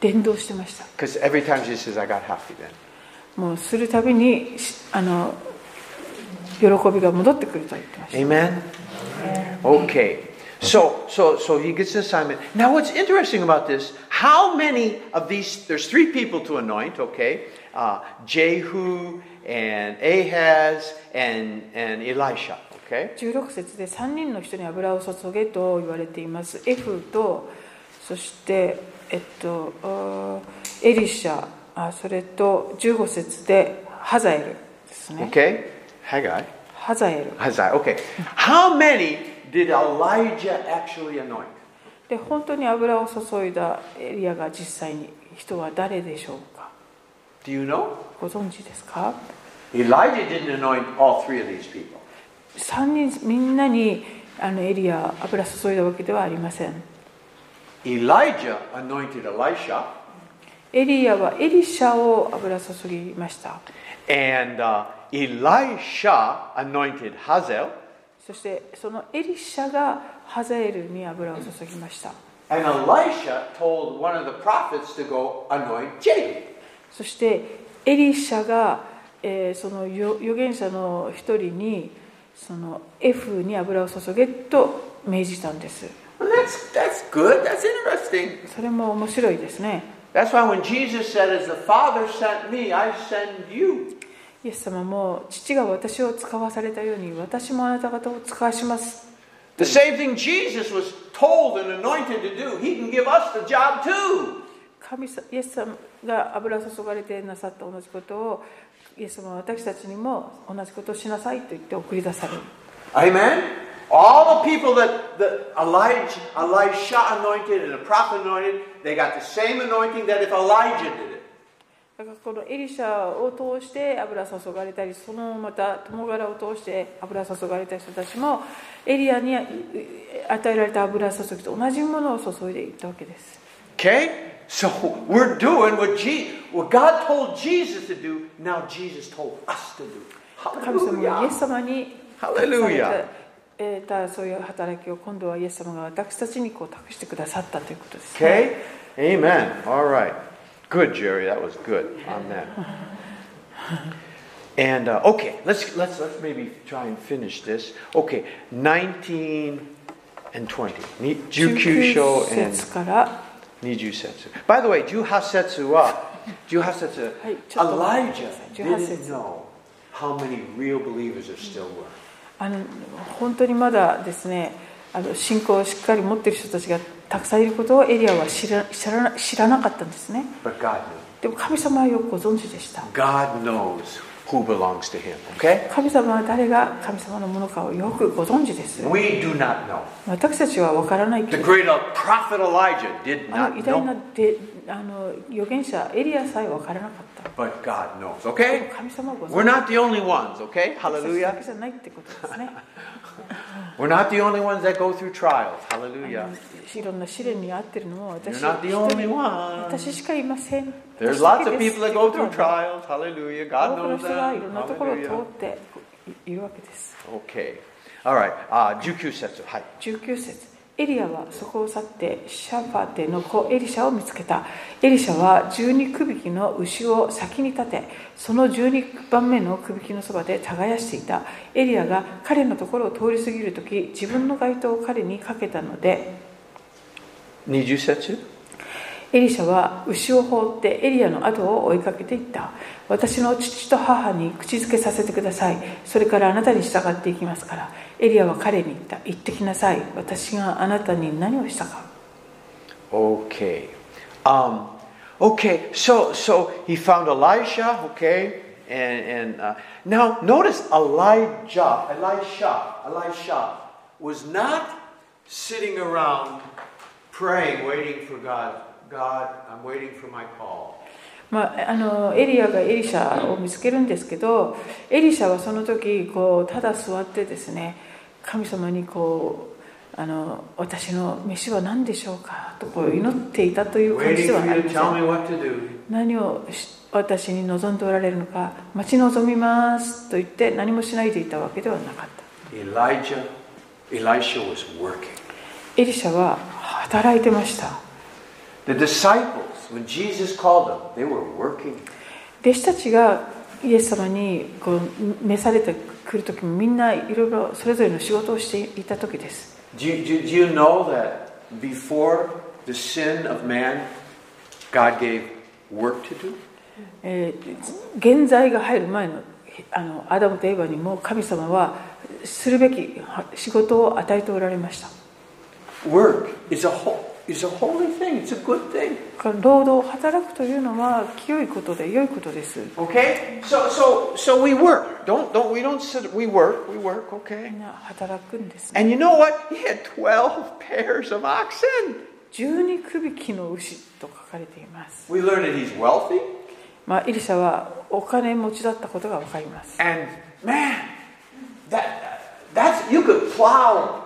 Speaker 2: 伝道してました
Speaker 1: Because every time she says, I got happy then.
Speaker 2: もうするたびにしあの喜びが戻ってくると言ってました
Speaker 1: Amen? Okay. So, so, so he gets an assignment. Now, what's interesting about this, how many of these, there's three people to anoint, okay? Uh, Jehu and Ahaz and, and Elisha, okay?
Speaker 2: 16節で3人の人に油を注げと言われていますエフとそしてえっとあーエリシャあそれと15節でハザエルですね
Speaker 1: Okay? Haggai.
Speaker 2: ハザエル
Speaker 1: Haggai, okay. How many did Elijah actually anoint?
Speaker 2: で本当に油を注いだエリアが実際に人は誰でしょうか
Speaker 1: Do you know?
Speaker 2: ご存知ですか
Speaker 1: Elijah didn't anoint all three of these people.
Speaker 2: 3人みんなにあのエリア油注いだわけではありません
Speaker 1: Elijah anointed Elisha.
Speaker 2: エリアはエリシャを油注ぎました
Speaker 1: And uh, Elisha anointed Hazel,
Speaker 2: そしてそのエリシャがハザエルに油を注ぎました
Speaker 1: and Elisha told one of the prophets to go anoint Jehu.
Speaker 2: そしてエリシャが、えーその預預言者の一人にその F に油を注げと命じたんです
Speaker 1: And that's, that's good. That's interesting.
Speaker 2: それも面白いですね
Speaker 1: That's why when Jesus said, As the Father sent me, I send you.
Speaker 2: イエス様も父が私を使わされたように私もあなた方を使わします
Speaker 1: The same thing Jesus was told and anointed to do, he can give us the job too.
Speaker 2: 神さイエス様が油を注がれてなさった同じことをイエス様は私たちにも同じことをしなさいと言って送り出される
Speaker 1: Amen. All the people that the Elijah, Elisha anointed and the prophet anointed, they got the same anointing that if Elijah did it.
Speaker 2: だからこのエリシャを通して油注がれたりそのまた友柄を通して油注がれた人たちもエリアにう与えられた油注ぎと同じものを注いでいったわけです
Speaker 1: Okay? So we're doing what, Je- what God told Jesus to do, now Jesus told us to do.
Speaker 2: 神様がイエ
Speaker 1: Hallelujah.
Speaker 2: ス様に
Speaker 1: Hallelujah.
Speaker 2: えたそういう働きを今度はイエス様が私たちにこう託してくださったということです、ね
Speaker 1: Okay? Amen. All right. Good, Jerry. That was good on that. And uh, okay, let's let's let's maybe try and finish this. Okay, 19 and 20. Ni- 19 show
Speaker 2: 19
Speaker 1: and
Speaker 2: 節から、
Speaker 1: 20 setsu. By the way, 18 setsu wa, 18 setsu,
Speaker 2: はい、ちょっと
Speaker 1: Elijah
Speaker 2: 18
Speaker 1: didn't
Speaker 2: 節
Speaker 1: know how many real believers there still were.
Speaker 2: あの本当にまだですねあの信仰をしっかり持っている人たちがたくさんいることをエリアは知ら知らな知らなかったんですね
Speaker 1: But God knew.
Speaker 2: でも神様はよくご存知でした
Speaker 1: God knows who belongs to Him, okay?
Speaker 2: 神様は誰が神様のものかをよくご存知です
Speaker 1: We do not know.
Speaker 2: 私たちは分からない
Speaker 1: The
Speaker 2: けど
Speaker 1: great prophet Elijah did
Speaker 2: あの
Speaker 1: not
Speaker 2: 偉大な
Speaker 1: know,
Speaker 2: であの預言者エリアさえ分からなかっ
Speaker 1: but God knows.
Speaker 2: たでも
Speaker 1: Okay?
Speaker 2: 神様はご
Speaker 1: We're
Speaker 2: 存知
Speaker 1: not the only ones, okay?
Speaker 2: 私だけ
Speaker 1: Hallelujah.
Speaker 2: じゃないってことですね
Speaker 1: We're not the only ones that go through trials.
Speaker 2: あ
Speaker 1: Hallelujah.
Speaker 2: のいろんな試練に遭ってるのも私
Speaker 1: You're not the
Speaker 2: 一
Speaker 1: only
Speaker 2: 人
Speaker 1: one.
Speaker 2: 私しかいません
Speaker 1: There's
Speaker 2: 私だ
Speaker 1: lots
Speaker 2: け
Speaker 1: of
Speaker 2: です
Speaker 1: people that go
Speaker 2: ってこ
Speaker 1: through
Speaker 2: と
Speaker 1: trials.
Speaker 2: は
Speaker 1: Hallelujah.
Speaker 2: 多
Speaker 1: God
Speaker 2: くの
Speaker 1: knows
Speaker 2: 人がい
Speaker 1: that.
Speaker 2: ろんなところを通
Speaker 1: Hallelujah.
Speaker 2: っているわけです。
Speaker 1: Okay. All right. Uh, 19節。はい。
Speaker 2: 19節エリアはそこを去ってシャファテの子エリシャを見つけたエリシャは12区引きの牛を先に立てその12番目の区引きのそばで耕していたエリアが彼のところを通り過ぎる時自分の街灯を彼にかけたので
Speaker 1: 20節。
Speaker 2: エリシャは牛を放ってエリアの後を追いかけていった私の父と母に口づけさせてくださいそれからあなたに従っていきますからエリアは彼に言った行ってきなさい私があなたに何をしたか
Speaker 1: Okay. Um, okay, so so he found Elisha, okay, and, and uh, now notice Elijah, Elisha, Elisha was not sitting around praying, waiting for God. God, I'm waiting for my call.
Speaker 2: まあ、あのエリアがエリシャを見つけるんですけどエリシャはその時こうただ座ってですね神様にこうあの私の飯は何でしょうかとこう祈っていたという感
Speaker 1: Waiting
Speaker 2: じでは
Speaker 1: for
Speaker 2: あ
Speaker 1: you
Speaker 2: り
Speaker 1: to
Speaker 2: ませ
Speaker 1: tell
Speaker 2: ん
Speaker 1: me what to do.
Speaker 2: 何をし私に望んでおられるのか待ち望みますと言って何もしないでいたわけではなかった
Speaker 1: Elijah, Elisha was working.
Speaker 2: エリシャは働いてました
Speaker 1: The disciples, when Jesus called them, they were working.
Speaker 2: 弟子たちがイエス様にこう召されてくる時もみんないろいろそれぞれの仕事をしていた時です
Speaker 1: Do you, do, do you know that before the sin of man, God gave work to do?
Speaker 2: えー現在が入る前のあのアダムとエヴァにも神様はするべき仕事を与えておられました
Speaker 1: Work is a, ho- is a holy thing, it's a good thing.
Speaker 2: 労働を働くというのは清いことで良いことです
Speaker 1: Okay? So, so, so we work. Don't, don't, we don't sit, we work, we work,
Speaker 2: み
Speaker 1: okay?
Speaker 2: んな働くんですね
Speaker 1: And you know what? He had 12 pairs of oxen.
Speaker 2: 12区引きの牛と書かれています
Speaker 1: We learn that he's wealthy,
Speaker 2: まあエリシャはお金持ちだったことが分かります
Speaker 1: and man, that, that's, you could plow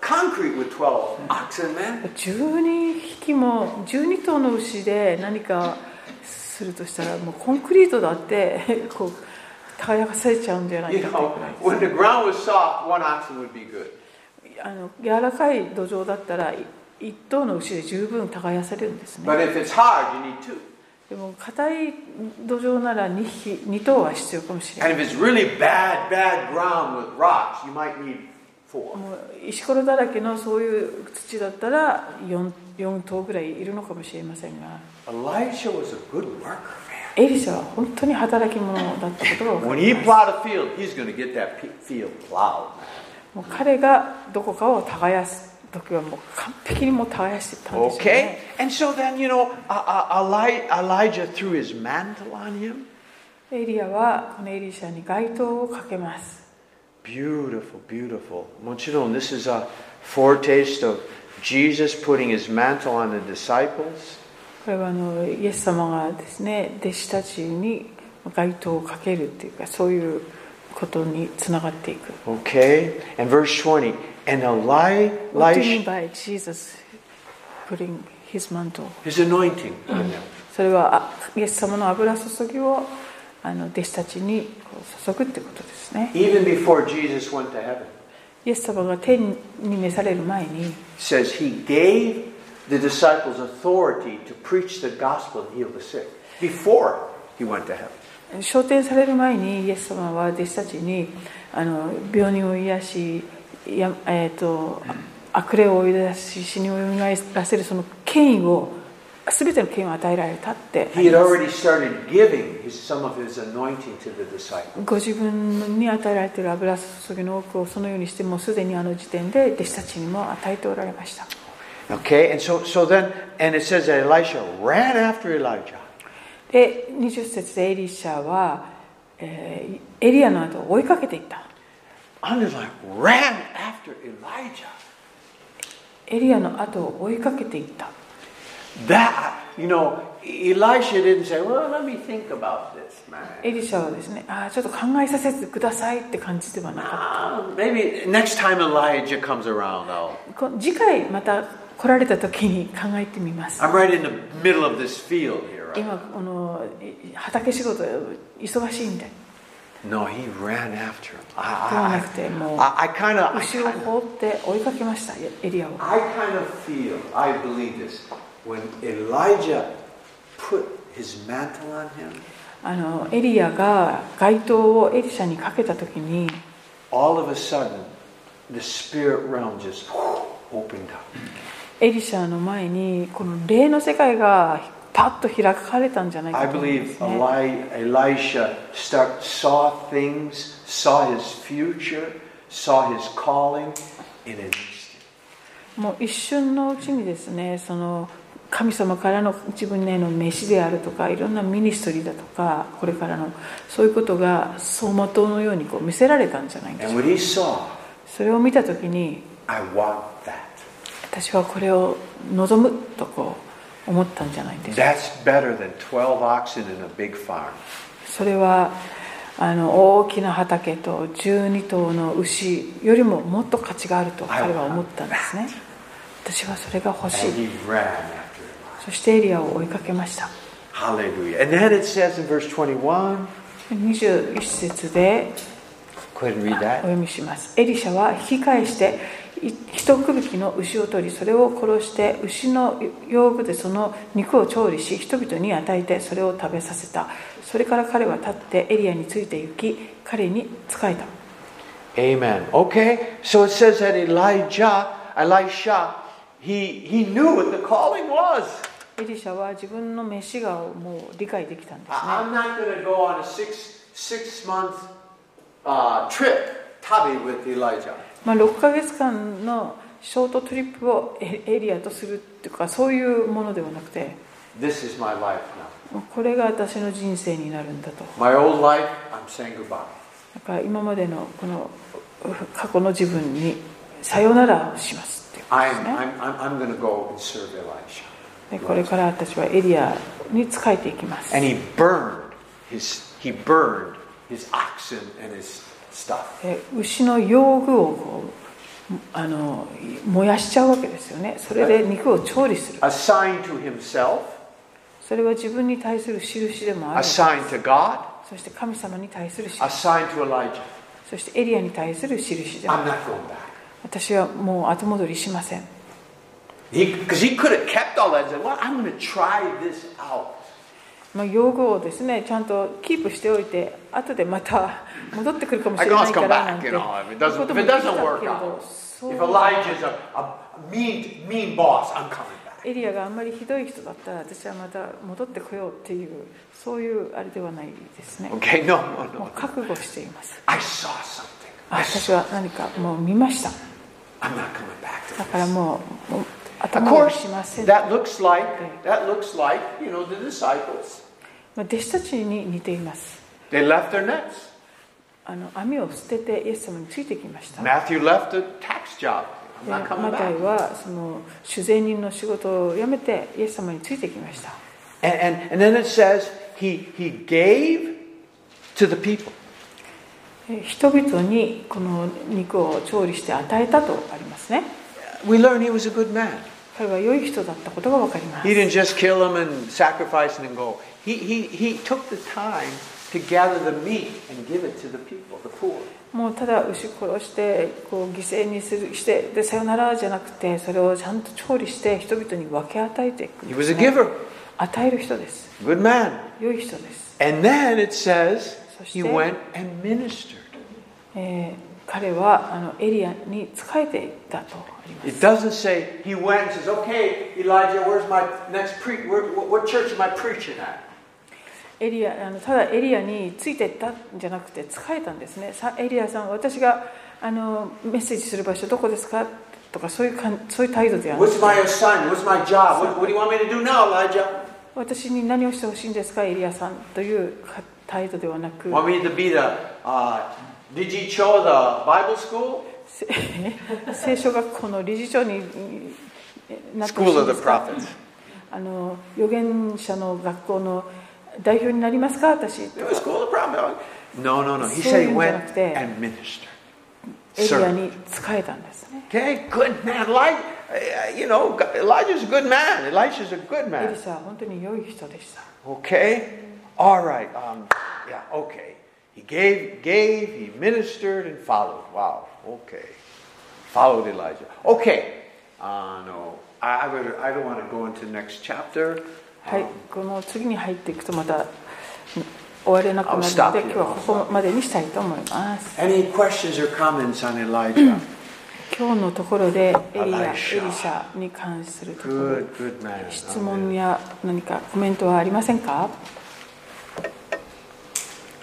Speaker 1: concrete with 12 oxen, man.
Speaker 2: 12匹も12頭の牛で何かするとしたらもうコンクリートだって こう耕かされちゃうんじゃない
Speaker 1: You
Speaker 2: か
Speaker 1: know,
Speaker 2: と
Speaker 1: when the ground was soft, one oxen would be good.
Speaker 2: あの柔らかい土壌だったら1頭の牛で十分耕されるんですね
Speaker 1: But if it's hard, you need two.
Speaker 2: でも硬い土壌なら 2, 匹2頭は必要かもしれない
Speaker 1: And if it's really bad, bad ground with rocks, you might need four.
Speaker 2: もう石ころだらけのそういう土だったら 4, 4頭ぐらいいるのかもしれませんが
Speaker 1: Elijah was a good worker, man.
Speaker 2: エリシャは本当に働き者だったことが分か
Speaker 1: When
Speaker 2: り
Speaker 1: he
Speaker 2: ま
Speaker 1: plowed
Speaker 2: す
Speaker 1: a field, he's going to get that pe- field plowed. man.
Speaker 2: もう彼がどこかを耕す時はもう完璧にもう耕していったんです
Speaker 1: Okay?
Speaker 2: よ、ね
Speaker 1: And so then, you know, uh, uh, Eli- Elijah threw his mantle on him.
Speaker 2: エリアはこのエリシャに街灯をかけます
Speaker 1: Beautiful, beautiful. もちろん this is a foretaste of Jesus putting his mantle on the disciples.
Speaker 2: これはあのイエス様がですね弟子たちに街灯をかけるっていうかそういうことにつながっていく
Speaker 1: Okay? And verse 20. And Eli-
Speaker 2: What do you
Speaker 1: Elisha,
Speaker 2: mean by Jesus putting his mantle?
Speaker 1: his anointing on them.
Speaker 2: それはあイエス様の油注ぎをあの弟子たちにこう注ぐってことですね
Speaker 1: Even before Jesus went to heaven,
Speaker 2: イエス様が天に召される前に
Speaker 1: it says he gave the disciples authority to preach the gospel and heal the sick before he went to heaven.
Speaker 2: 昇天される前にイエス様は弟子たちにあの病人を癒しや、えー、と悪霊を追い出し死にを蘇らせるその権威を全ての権威を与えられたってあ
Speaker 1: He
Speaker 2: り
Speaker 1: had
Speaker 2: ます
Speaker 1: already started giving his, some of his anointing to the disciples.
Speaker 2: ご自分に与えられている油注ぎの多くをそのようにしてもうすでにあの時点で弟子たちにも与えておられました
Speaker 1: Okay, and so, so then, and it says that Elisha ran after Elijah.
Speaker 2: で20節でエリシャは、えーエリアの後を追いかけていった
Speaker 1: Underline, ran after Elijah.
Speaker 2: エリアの後を追いかけていった
Speaker 1: That, you know, Elisha didn't say, well, let me think about this, man.
Speaker 2: エリシャはですね、ああ、ちょっと考えさせてくださいって感じではなか
Speaker 1: Ah, maybe next time Elijah comes around, I'll.
Speaker 2: った。こ次回また来られた時に考えてみます。
Speaker 1: I'm right in the middle of this field here. Right?
Speaker 2: 今、このい畑仕事忙しいんで、
Speaker 1: No, he ran after him.
Speaker 2: ではな
Speaker 1: I,
Speaker 2: くて、もう
Speaker 1: I, I kind of, I
Speaker 2: 後ろを
Speaker 1: kinda-
Speaker 2: 放って追いかけました、エリアを。
Speaker 1: I kind of feel, I believe this, when Elijah put his mantle on him,
Speaker 2: あのエリアが街灯をエリシャにかけた時に、
Speaker 1: all of a sudden, the spirit realm just opened up.
Speaker 2: エリシャの前にこの霊の世界がパッと開かれたんじゃないか
Speaker 1: I
Speaker 2: と思うんです
Speaker 1: believe
Speaker 2: ね。
Speaker 1: Eli- Elisha start, saw things, saw his future, saw his calling in an instant.
Speaker 2: もう一瞬のうちにですねその神様からの自分への飯であるとかいろんなミニストリーだとかこれからのそういうことが走馬灯のようにこう見せられたんじゃないでしょう
Speaker 1: And
Speaker 2: か
Speaker 1: what he saw,
Speaker 2: それを見た時に
Speaker 1: I want that.
Speaker 2: 私はこれを望むとこう思ったんじゃないでしょうか
Speaker 1: That's better than 12 oxen and a big farm.
Speaker 2: それはあの大きな畑と12頭の牛よりももっと価値があると彼は思ったんですね私はそれが欲し
Speaker 1: And he
Speaker 2: い
Speaker 1: ran after Elijah.
Speaker 2: そしてエリアを追いかけました
Speaker 1: Hallelujah. And then it says in verse 21,
Speaker 2: 21節で
Speaker 1: go ahead and read
Speaker 2: お
Speaker 1: that.
Speaker 2: 読みしますエリシャは引き返してい一区引きの牛を取りそれを殺して牛の用具でその肉を調理し人々に与えてそれを食べさせたそれから彼は立ってエリアについて行き彼に仕えた
Speaker 1: Amen. Okay, so it says that Elijah, Elisha, he, he knew what the calling was.
Speaker 2: エリシャは自分の飯がもう理解できたんですね
Speaker 1: I- I'm not going to go on a six, six month uh, trip, Tabi, with Elijah.
Speaker 2: まあ、6ヶ月間のショートトリップをエエリアとするっていうかそういうものではなくて
Speaker 1: This is my life now.
Speaker 2: もうこれが私の人生になるんだと
Speaker 1: My old life, I'm saying goodbye.
Speaker 2: だから今までのこのう過去の自分にさよならをしますっていうことです
Speaker 1: I'm,
Speaker 2: ね
Speaker 1: I'm, I'm, I'm going to go and serve Elisha.
Speaker 2: でこれから私はエリアに仕えていきます
Speaker 1: And he burned his he burned his oxen and his stuff.
Speaker 2: で牛の用具をこうあの燃やしちゃうわけですよねそれで肉を調理する
Speaker 1: A sign to himself,
Speaker 2: それは自分に対する印でも
Speaker 1: a
Speaker 2: ある
Speaker 1: sign to God,
Speaker 2: そして神様に対する印
Speaker 1: a sign to Elijah.
Speaker 2: そしてエリアに対する印でもある
Speaker 1: I'm not going back.
Speaker 2: 私はもう後戻りしません
Speaker 1: Because he, could have kept all that and said, Well, I'm going to try this out.
Speaker 2: まあ、用具をですねちゃんとキープしておいて後で また戻ってくるかもしれない
Speaker 1: always
Speaker 2: か
Speaker 1: come
Speaker 2: らなん
Speaker 1: back,
Speaker 2: て
Speaker 1: you
Speaker 2: いう
Speaker 1: know. If it
Speaker 2: こ
Speaker 1: doesn't, if
Speaker 2: と
Speaker 1: it
Speaker 2: もできた
Speaker 1: doesn't
Speaker 2: け
Speaker 1: work
Speaker 2: れ
Speaker 1: out, if
Speaker 2: どそう
Speaker 1: Elijah's a, a mean, mean boss, I'm coming back.
Speaker 2: エリアがあんまりひどい人だったら私はまた戻ってこようっていうそういうあれではないですね
Speaker 1: Okay, no, no,
Speaker 2: もう
Speaker 1: no.
Speaker 2: 覚悟しています
Speaker 1: I saw something.
Speaker 2: あ
Speaker 1: I
Speaker 2: 私
Speaker 1: saw,
Speaker 2: は何かもう見ました
Speaker 1: I'm not coming back to
Speaker 2: だから
Speaker 1: this.
Speaker 2: もうもう
Speaker 1: Of
Speaker 2: 頭を打
Speaker 1: course,
Speaker 2: ちません
Speaker 1: that looks like, that looks like, you know, the disciples.
Speaker 2: まあ弟子たちに似ています
Speaker 1: They left their nets.
Speaker 2: あの網を捨ててイエス様についてきましたで
Speaker 1: Matthew left the tax job. I'm
Speaker 2: マ
Speaker 1: not coming
Speaker 2: タイ
Speaker 1: back.
Speaker 2: はその主税人の仕事を辞めてイエス様についてきました
Speaker 1: And, and, and then it says he, he gave to the people.
Speaker 2: えー人々にこの肉を調理して与えたとありますね
Speaker 1: We learn he was a good man.
Speaker 2: 彼は良い人だったことが分かります
Speaker 1: He didn't just kill them and sacrifice them and go. He, he, he took the time to gather the meat and give it to the people, the poor.
Speaker 2: もうただ牛殺してこう犠牲にするしてでさよならじゃなくてそれをちゃんと調理して人々に分け与えていくん
Speaker 1: He
Speaker 2: で
Speaker 1: was
Speaker 2: す
Speaker 1: a
Speaker 2: ね、
Speaker 1: giver,
Speaker 2: 与える人です
Speaker 1: good man.
Speaker 2: 良い人です、
Speaker 1: And then it says he
Speaker 2: そして、
Speaker 1: went and ministered.
Speaker 2: えー彼はあのエリアに仕えていったとあります
Speaker 1: It doesn't say he went and says, "Okay, Elijah, where's my next pre? Where, what, what church am I preaching at?"
Speaker 2: エリアあのただエリアについていったんじゃなくて仕えたんですねさエリアさん私があのメッセージする場所どこですかとかそういうかんそういう態度ではなく
Speaker 1: What's my assignment? What's my job? What, what do you want me to do now, Elijah?
Speaker 2: 私に何をしてほしいんですかエリアさんというか態度ではなく
Speaker 1: Want me to be the uh, DG Cho, the Bible school?
Speaker 2: せ 聖書学校の理事長にうんなってほ
Speaker 1: School
Speaker 2: しい
Speaker 1: of
Speaker 2: んで
Speaker 1: the
Speaker 2: すか
Speaker 1: Prophets.
Speaker 2: あの預言者の学校の代表になりますか私
Speaker 1: It was cool, the problem. No, no, no. He
Speaker 2: So
Speaker 1: said he
Speaker 2: you
Speaker 1: went
Speaker 2: have to-
Speaker 1: and ministered.
Speaker 2: エリア
Speaker 1: Served.
Speaker 2: に仕えたんですね
Speaker 1: Okay, good man. Like, uh, you know, Elijah's a good man. Elijah's a good
Speaker 2: エリ
Speaker 1: man.
Speaker 2: シャは本当に良い人でした
Speaker 1: Okay, all right. Um, yeah, okay. He gave, gave. He ministered and followed. Wow. Okay, followed Elijah. Okay. Uh, no, I, I would. I don't want to go into the next chapter.
Speaker 2: はい、
Speaker 1: Um,
Speaker 2: この次に入っていくとまた終われなくなるの
Speaker 1: I'll stop
Speaker 2: で
Speaker 1: here.
Speaker 2: 今日はここまでにしたいと思います
Speaker 1: any questions or comments on Elijah?
Speaker 2: 今日のところでエリア、エリシ
Speaker 1: Elisha
Speaker 2: ャに関するところ
Speaker 1: good, good man.
Speaker 2: 質問や何かコメントはありませんか10ん20 21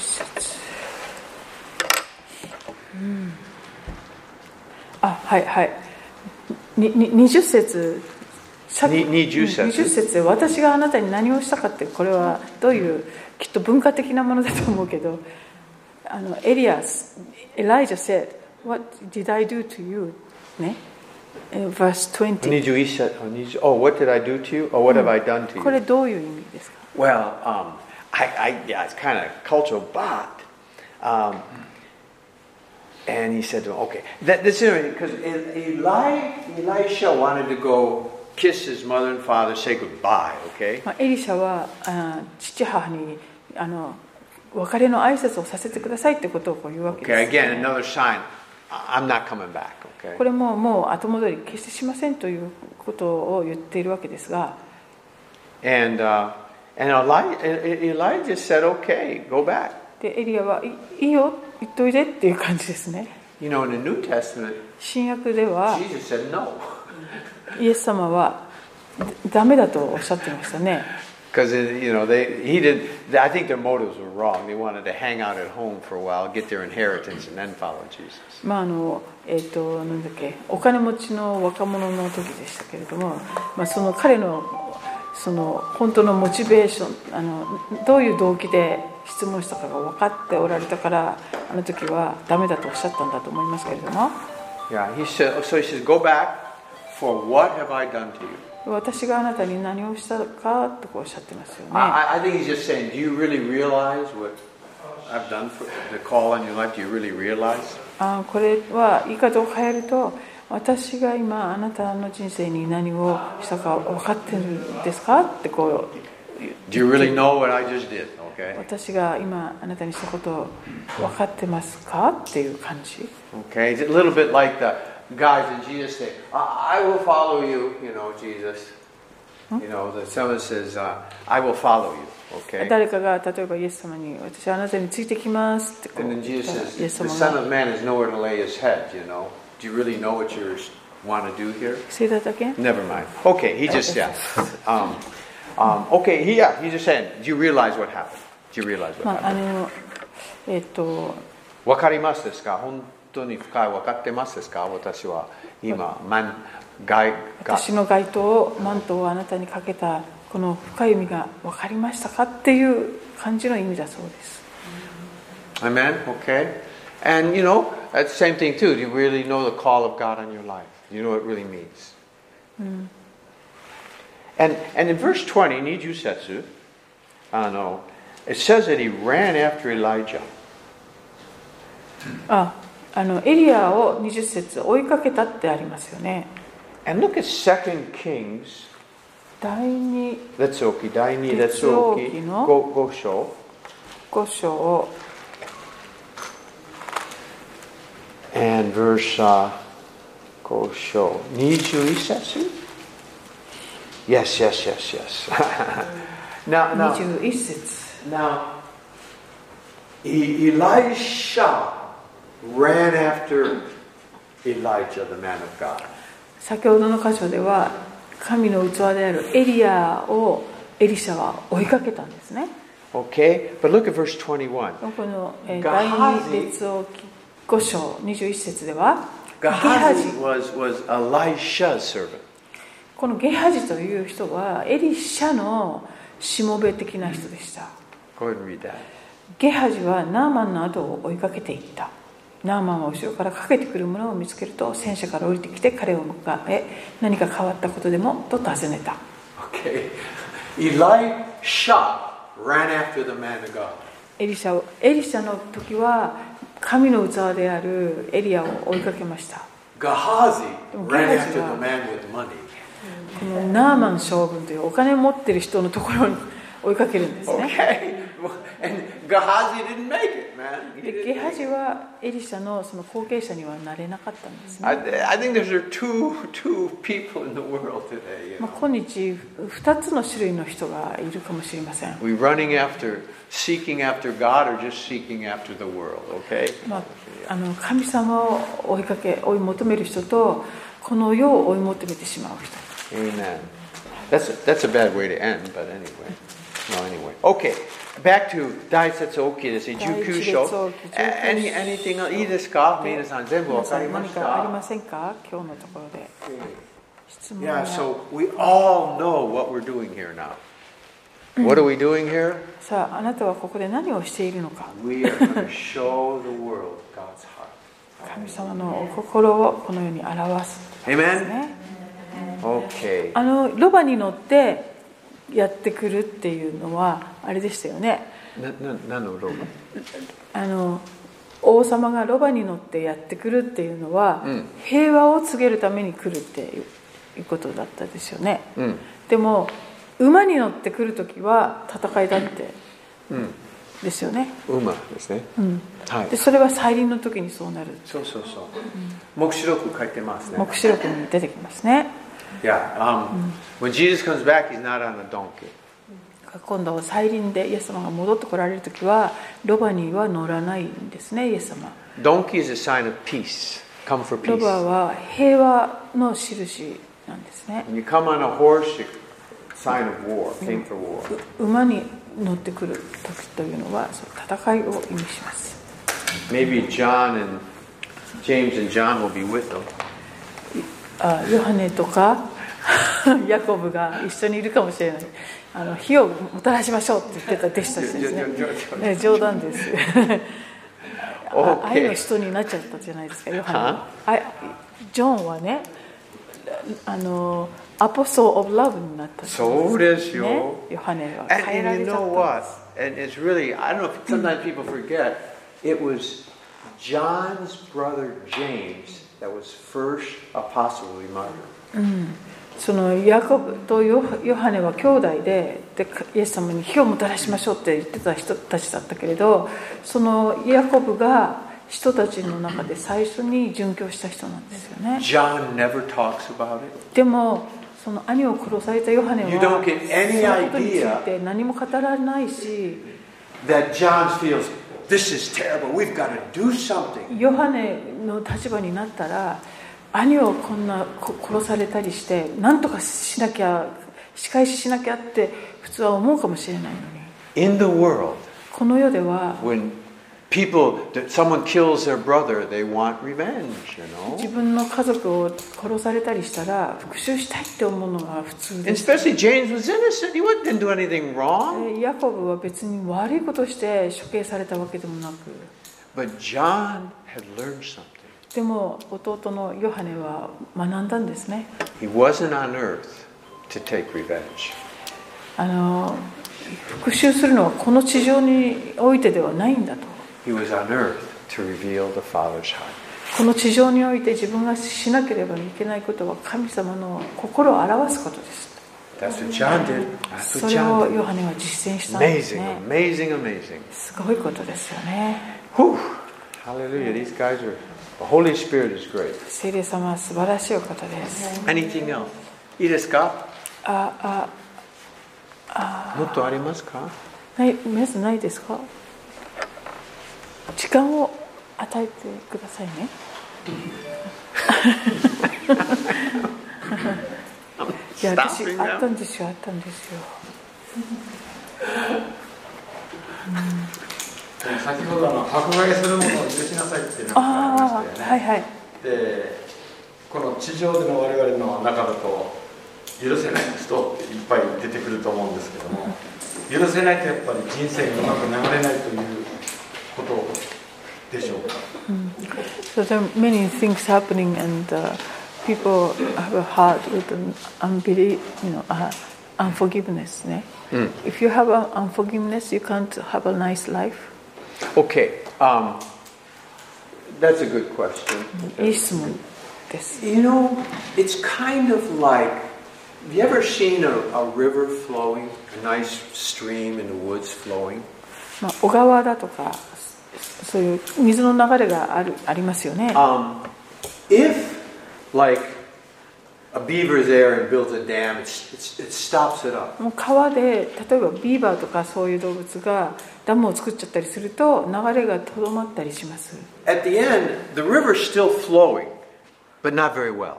Speaker 2: 節うんあはいはいにに20節さっき
Speaker 1: に20節
Speaker 2: 20節で私があなたに何をしたかってこれはどういうきっと文化的なものだと思うけどあのエリアス、エライジャ said, What did I do to you? ね。えー verse 20。
Speaker 1: Need you, he said, oh, need you- oh, what did I do to you? Or what have I done to
Speaker 2: こ
Speaker 1: you?
Speaker 2: れどういう意味ですか
Speaker 1: Well, um, I, I, yeah, it's kind of cultural, but, um, and he said to him, okay, that, that's interesting because Eli, Elisha wanted to go kiss his mother and father, say goodbye, okay?
Speaker 2: まあ、エリシャはあー父母にあの別れの挨拶をさせてくださいってことをこう言うわけ
Speaker 1: Okay,
Speaker 2: です、
Speaker 1: again, another sign, I- I'm not coming back,
Speaker 2: こ
Speaker 1: okay?
Speaker 2: れももう後戻り決してしませんということを言っているわけですが、
Speaker 1: And, uh, and Elijah, Elijah said, okay, go back.
Speaker 2: でエリアはいいいよ、行っといでっていう感じですね。
Speaker 1: You know, in the New Testament,
Speaker 2: 新約では
Speaker 1: Jesus said no.
Speaker 2: イエス様はダメだとおっしゃっていましたね。
Speaker 1: Because uh, you know they he did. I think their motives were wrong. They wanted to hang out at home for a while, get their inheritance, and then follow Jesus.
Speaker 2: まああのえっ、となんだっけお金持ちの若者の時でしたけれども、まあ、その彼のその本当のモチベーションあのどういう動機で質問したかが分かっておられたからあの時はダメだとおっしゃったんだと思いますけれども
Speaker 1: Yeah, he said. So he says, "Go back. For what have I done to you?"
Speaker 2: 私があなたに何をしたかとこうおっしゃってますよね
Speaker 1: I, I- I think he's just saying, "Do you really realize what I've done for the call on your life? Do you really realize?"
Speaker 2: あこれは言い方を変えると私が今あなたの人生に何をしたか分かってるんですかってこう
Speaker 1: Do you really know what I just did? Okay.
Speaker 2: 私が今あなたにしたことを分かってますかっていう感じ
Speaker 1: Okay. It's a little bit like the guys and Jesus said, I, I will follow you, you know, Jesus. You know, the someone says, uh, I will follow you, okay?
Speaker 2: 誰かが例えばイエス様に私はあなたについてきますってこう
Speaker 1: And then
Speaker 2: 言ったら
Speaker 1: Jesus
Speaker 2: イエ
Speaker 1: says,
Speaker 2: ス
Speaker 1: the Son
Speaker 2: 様が
Speaker 1: of Man is nowhere to lay his head, you know. Do you really know what you want to do here?
Speaker 2: それだけ
Speaker 1: Never mind. Okay, he just, yeah. Um, um, okay, he, yeah, he just saying, do you realize what happened? Do you realize what
Speaker 2: まああ
Speaker 1: happened?
Speaker 2: のえっと
Speaker 1: わかりますですか本当に深い分かってますですか私は今、マン、外、が
Speaker 2: 私の街灯をマントをあなたにかけたこの深い意味が分かりましたかっていう感じの意味だそうです
Speaker 1: Amen? Okay? And you know, that's the same thing too. Do you really know the call of God on your life? Do you know what it really means? And, and in verse 20, Nijusetsu, I know, it says that he ran after Elijah.
Speaker 2: ああのエリアを20節追いかけたってありますよね
Speaker 1: And look at 2 Kings,
Speaker 2: 第二
Speaker 1: Letsuki, Daini,
Speaker 2: 列王記
Speaker 1: Letsuki,
Speaker 2: の
Speaker 1: Go, Go Show.
Speaker 2: 5章を
Speaker 1: And verse uh, go show. Nijuisetsu? Yes, yes, yes, yes. now, now,
Speaker 2: 21節
Speaker 1: now, E- Elisha ran after Elijah, the man of God.
Speaker 2: 先ほどの箇所では神の器であるエリアをエリシャは追いかけたんですね
Speaker 1: Okay, but look at verse 21.
Speaker 2: このえー第
Speaker 1: ガハジ
Speaker 2: 二列王記5章21節ではゲハジ
Speaker 1: Gehazi was, was Elisha's servant.
Speaker 2: このゲハジという人はエリシャのしもべ的な人でした
Speaker 1: Go ahead and read that.
Speaker 2: ゲハジはナーマンの後を追いかけていったナーマンは後ろからかけてくるものを見つけると戦車から降りてきて彼を迎え何か変わったことでもと尋ねた
Speaker 1: Okay. Elisha ran after the man of God.
Speaker 2: エリシャをエリシャの時は神の器であるエリアを追いかけました
Speaker 1: Gehazi ran
Speaker 2: Gehazi
Speaker 1: after the
Speaker 2: ran.
Speaker 1: man with money.
Speaker 2: このナーマン将軍というお金を持ってる人のところに追いかけるんですね
Speaker 1: Okay? And Gehazi didn't make it, man. He didn't
Speaker 2: でゲハ
Speaker 1: make
Speaker 2: ジ
Speaker 1: it.
Speaker 2: はエリシャのその後継者にはなれなかったんですね
Speaker 1: I, I think there's are two, two people in the world today. You
Speaker 2: ま
Speaker 1: know?
Speaker 2: あ今日2つの種類の人がいるかもしれません、
Speaker 1: We running after, seeking after God or just seeking after the world, okay?
Speaker 2: まあ、あの神様を追いかけ追い求める人とこの世を追い求めてしまう人
Speaker 1: Amen. That's a, that's a bad way to end, but anyway. Well, anyway. Okay, back to Daisetsu Oki です。19章。
Speaker 2: 第一列王記、19章。
Speaker 1: Any, anything else?
Speaker 2: 皆さん何かあり
Speaker 1: いいですか皆さん全部わかりました
Speaker 2: ませんか今日のところで質問や
Speaker 1: Yeah, so we all know what we're doing here now. What are we doing here?
Speaker 2: さああなたはここで何をしているのか
Speaker 1: We are going to show the world God's heart.
Speaker 2: 神様のお心をこの世に表す、
Speaker 1: Amen?
Speaker 2: ね、
Speaker 1: Okay.
Speaker 2: あのロバに乗ってやってくるっていうのはあれでしたよね
Speaker 1: なな何のローマ
Speaker 2: あの王様がロバに乗ってやってくるっていうのは、
Speaker 1: うん
Speaker 2: 平和を告げるために来るっていういうことだったですよね、
Speaker 1: うん
Speaker 2: でも馬に乗ってくる時は戦いだって
Speaker 1: うん。
Speaker 2: ですよね、
Speaker 1: 馬ですね。
Speaker 2: うん、
Speaker 1: はい
Speaker 2: で。それは再臨の時にそうなる
Speaker 1: そうそうそう。黙示録書いてますね。
Speaker 2: 黙示録に出てきますね
Speaker 1: Yeah. Um, When Jesus comes back, he's not on a donkey.
Speaker 2: 今度再臨でイエス様が戻ってこられる時はロバには乗らないんですねイエス様
Speaker 1: Donkey is a sign of peace. Come for
Speaker 2: ロ
Speaker 1: peace.
Speaker 2: バは平和の印なんですね
Speaker 1: When you come on a horse, you sign of war. Came for war.
Speaker 2: 馬に乗ってくる時というのはその戦いを意味します
Speaker 1: Maybe John and James and John will be with them.
Speaker 2: あヨハネとか ヤコブが一緒にいるかもしれないあの火をもたらしましょうって言ってた弟子たちですね
Speaker 1: いやいやいやいや
Speaker 2: ね冗談です あ
Speaker 1: Okay
Speaker 2: 愛の人になっちゃったじゃないですかヨハネはあジョンはねあのアポソー・オブ・ラブになったじゃないか
Speaker 1: そうですよ
Speaker 2: ねヨハネは
Speaker 1: And,
Speaker 2: 変えら
Speaker 1: and
Speaker 2: れ
Speaker 1: you
Speaker 2: ちゃっ
Speaker 1: know
Speaker 2: たん
Speaker 1: what?
Speaker 2: です
Speaker 1: And it's really, I don't know if sometimes people forget, it was John's brother James that was first apostle to be martyred.
Speaker 2: そのヤコブとヨヨハネは兄弟ででイエス様に火をもたらしましょうって言ってた人たちだったけれどそのヤコブが人たちの中で最初に殉教した人なんですよね
Speaker 1: John never talks about it.
Speaker 2: でもその兄を殺されたヨハネは
Speaker 1: You don't get any
Speaker 2: そのことについて何も語らないし
Speaker 1: That John feels, this is terrible. We've got to do something.
Speaker 2: ヨハネの立場になったら兄をこんなこ殺されたりして何とかしなきゃ仕返ししなきゃって普通は思うかもしれないのに
Speaker 1: In the world,
Speaker 2: この世では
Speaker 1: when people, that someone kills their brother, they want revenge, you
Speaker 2: 自
Speaker 1: know?
Speaker 2: 分の家族を殺されたりしたら復讐したいって思うのが普通
Speaker 1: And
Speaker 2: です
Speaker 1: especially James was innocent. He wasn't- didn't do anything wrong.
Speaker 2: でヤコブは別に悪いことをして処刑されたわけでもなく
Speaker 1: But John had learned something.
Speaker 2: でも弟のヨハネは学んだんですね
Speaker 1: He wasn't on earth to take revenge.
Speaker 2: あの復讐するのはこの地上においてではないんだと
Speaker 1: He was on earth to reveal the Father's heart.
Speaker 2: この地上において自分がしなければいけないことは神様の心を表すことです
Speaker 1: That's what John did. That's
Speaker 2: そ
Speaker 1: what
Speaker 2: れを
Speaker 1: John
Speaker 2: ヨ
Speaker 1: did.
Speaker 2: ハネは実践したんです
Speaker 1: Amazing,
Speaker 2: ね
Speaker 1: amazing, amazing.
Speaker 2: すごいことですよね
Speaker 1: Whew. Hallelujah. These guys are. The Holy Spirit is great.
Speaker 2: 聖霊様は素晴らしいお方です
Speaker 1: Anything else? いいですか
Speaker 2: ああ
Speaker 1: もっとありますか
Speaker 2: ない皆さんないですか時間を与えてくださいねいや私
Speaker 1: Stopping
Speaker 2: あった
Speaker 1: now.
Speaker 2: んですよあったんですよ
Speaker 4: 先ほどあの迫害する者を許しなさいっていうのがあ
Speaker 2: あ
Speaker 4: りまし
Speaker 2: あ
Speaker 4: た
Speaker 2: はい
Speaker 4: よね。
Speaker 2: はい
Speaker 4: で、この地上での我々の中だと許せない人っていっぱい出てくると思うんですけども、許せないとやっぱり人生がうまく流れないということでしょうか。
Speaker 2: So there are many things happening, and uh, people have a heart with an unbelief, you know, uh, unforgiveness. ね If you have an unforgiveness, you can't have a nice life.
Speaker 1: Okay. Um, that's a good question.
Speaker 2: いい質問です。
Speaker 1: You know, it's kind of like have you ever seen a, a river flowing, a nice stream in the woods flowing?
Speaker 2: まあ、小川だとか、そそういう水の流れがあるありますよね。
Speaker 1: Um, if, like, a beaver is there and builds a dam, it's, it's, it stops it up.
Speaker 2: もう川で例えばビーバーとかそういう動物がダムを作っちゃったりすると流れがとどまったりします。
Speaker 1: At the end, the river's still flowing, but not very well.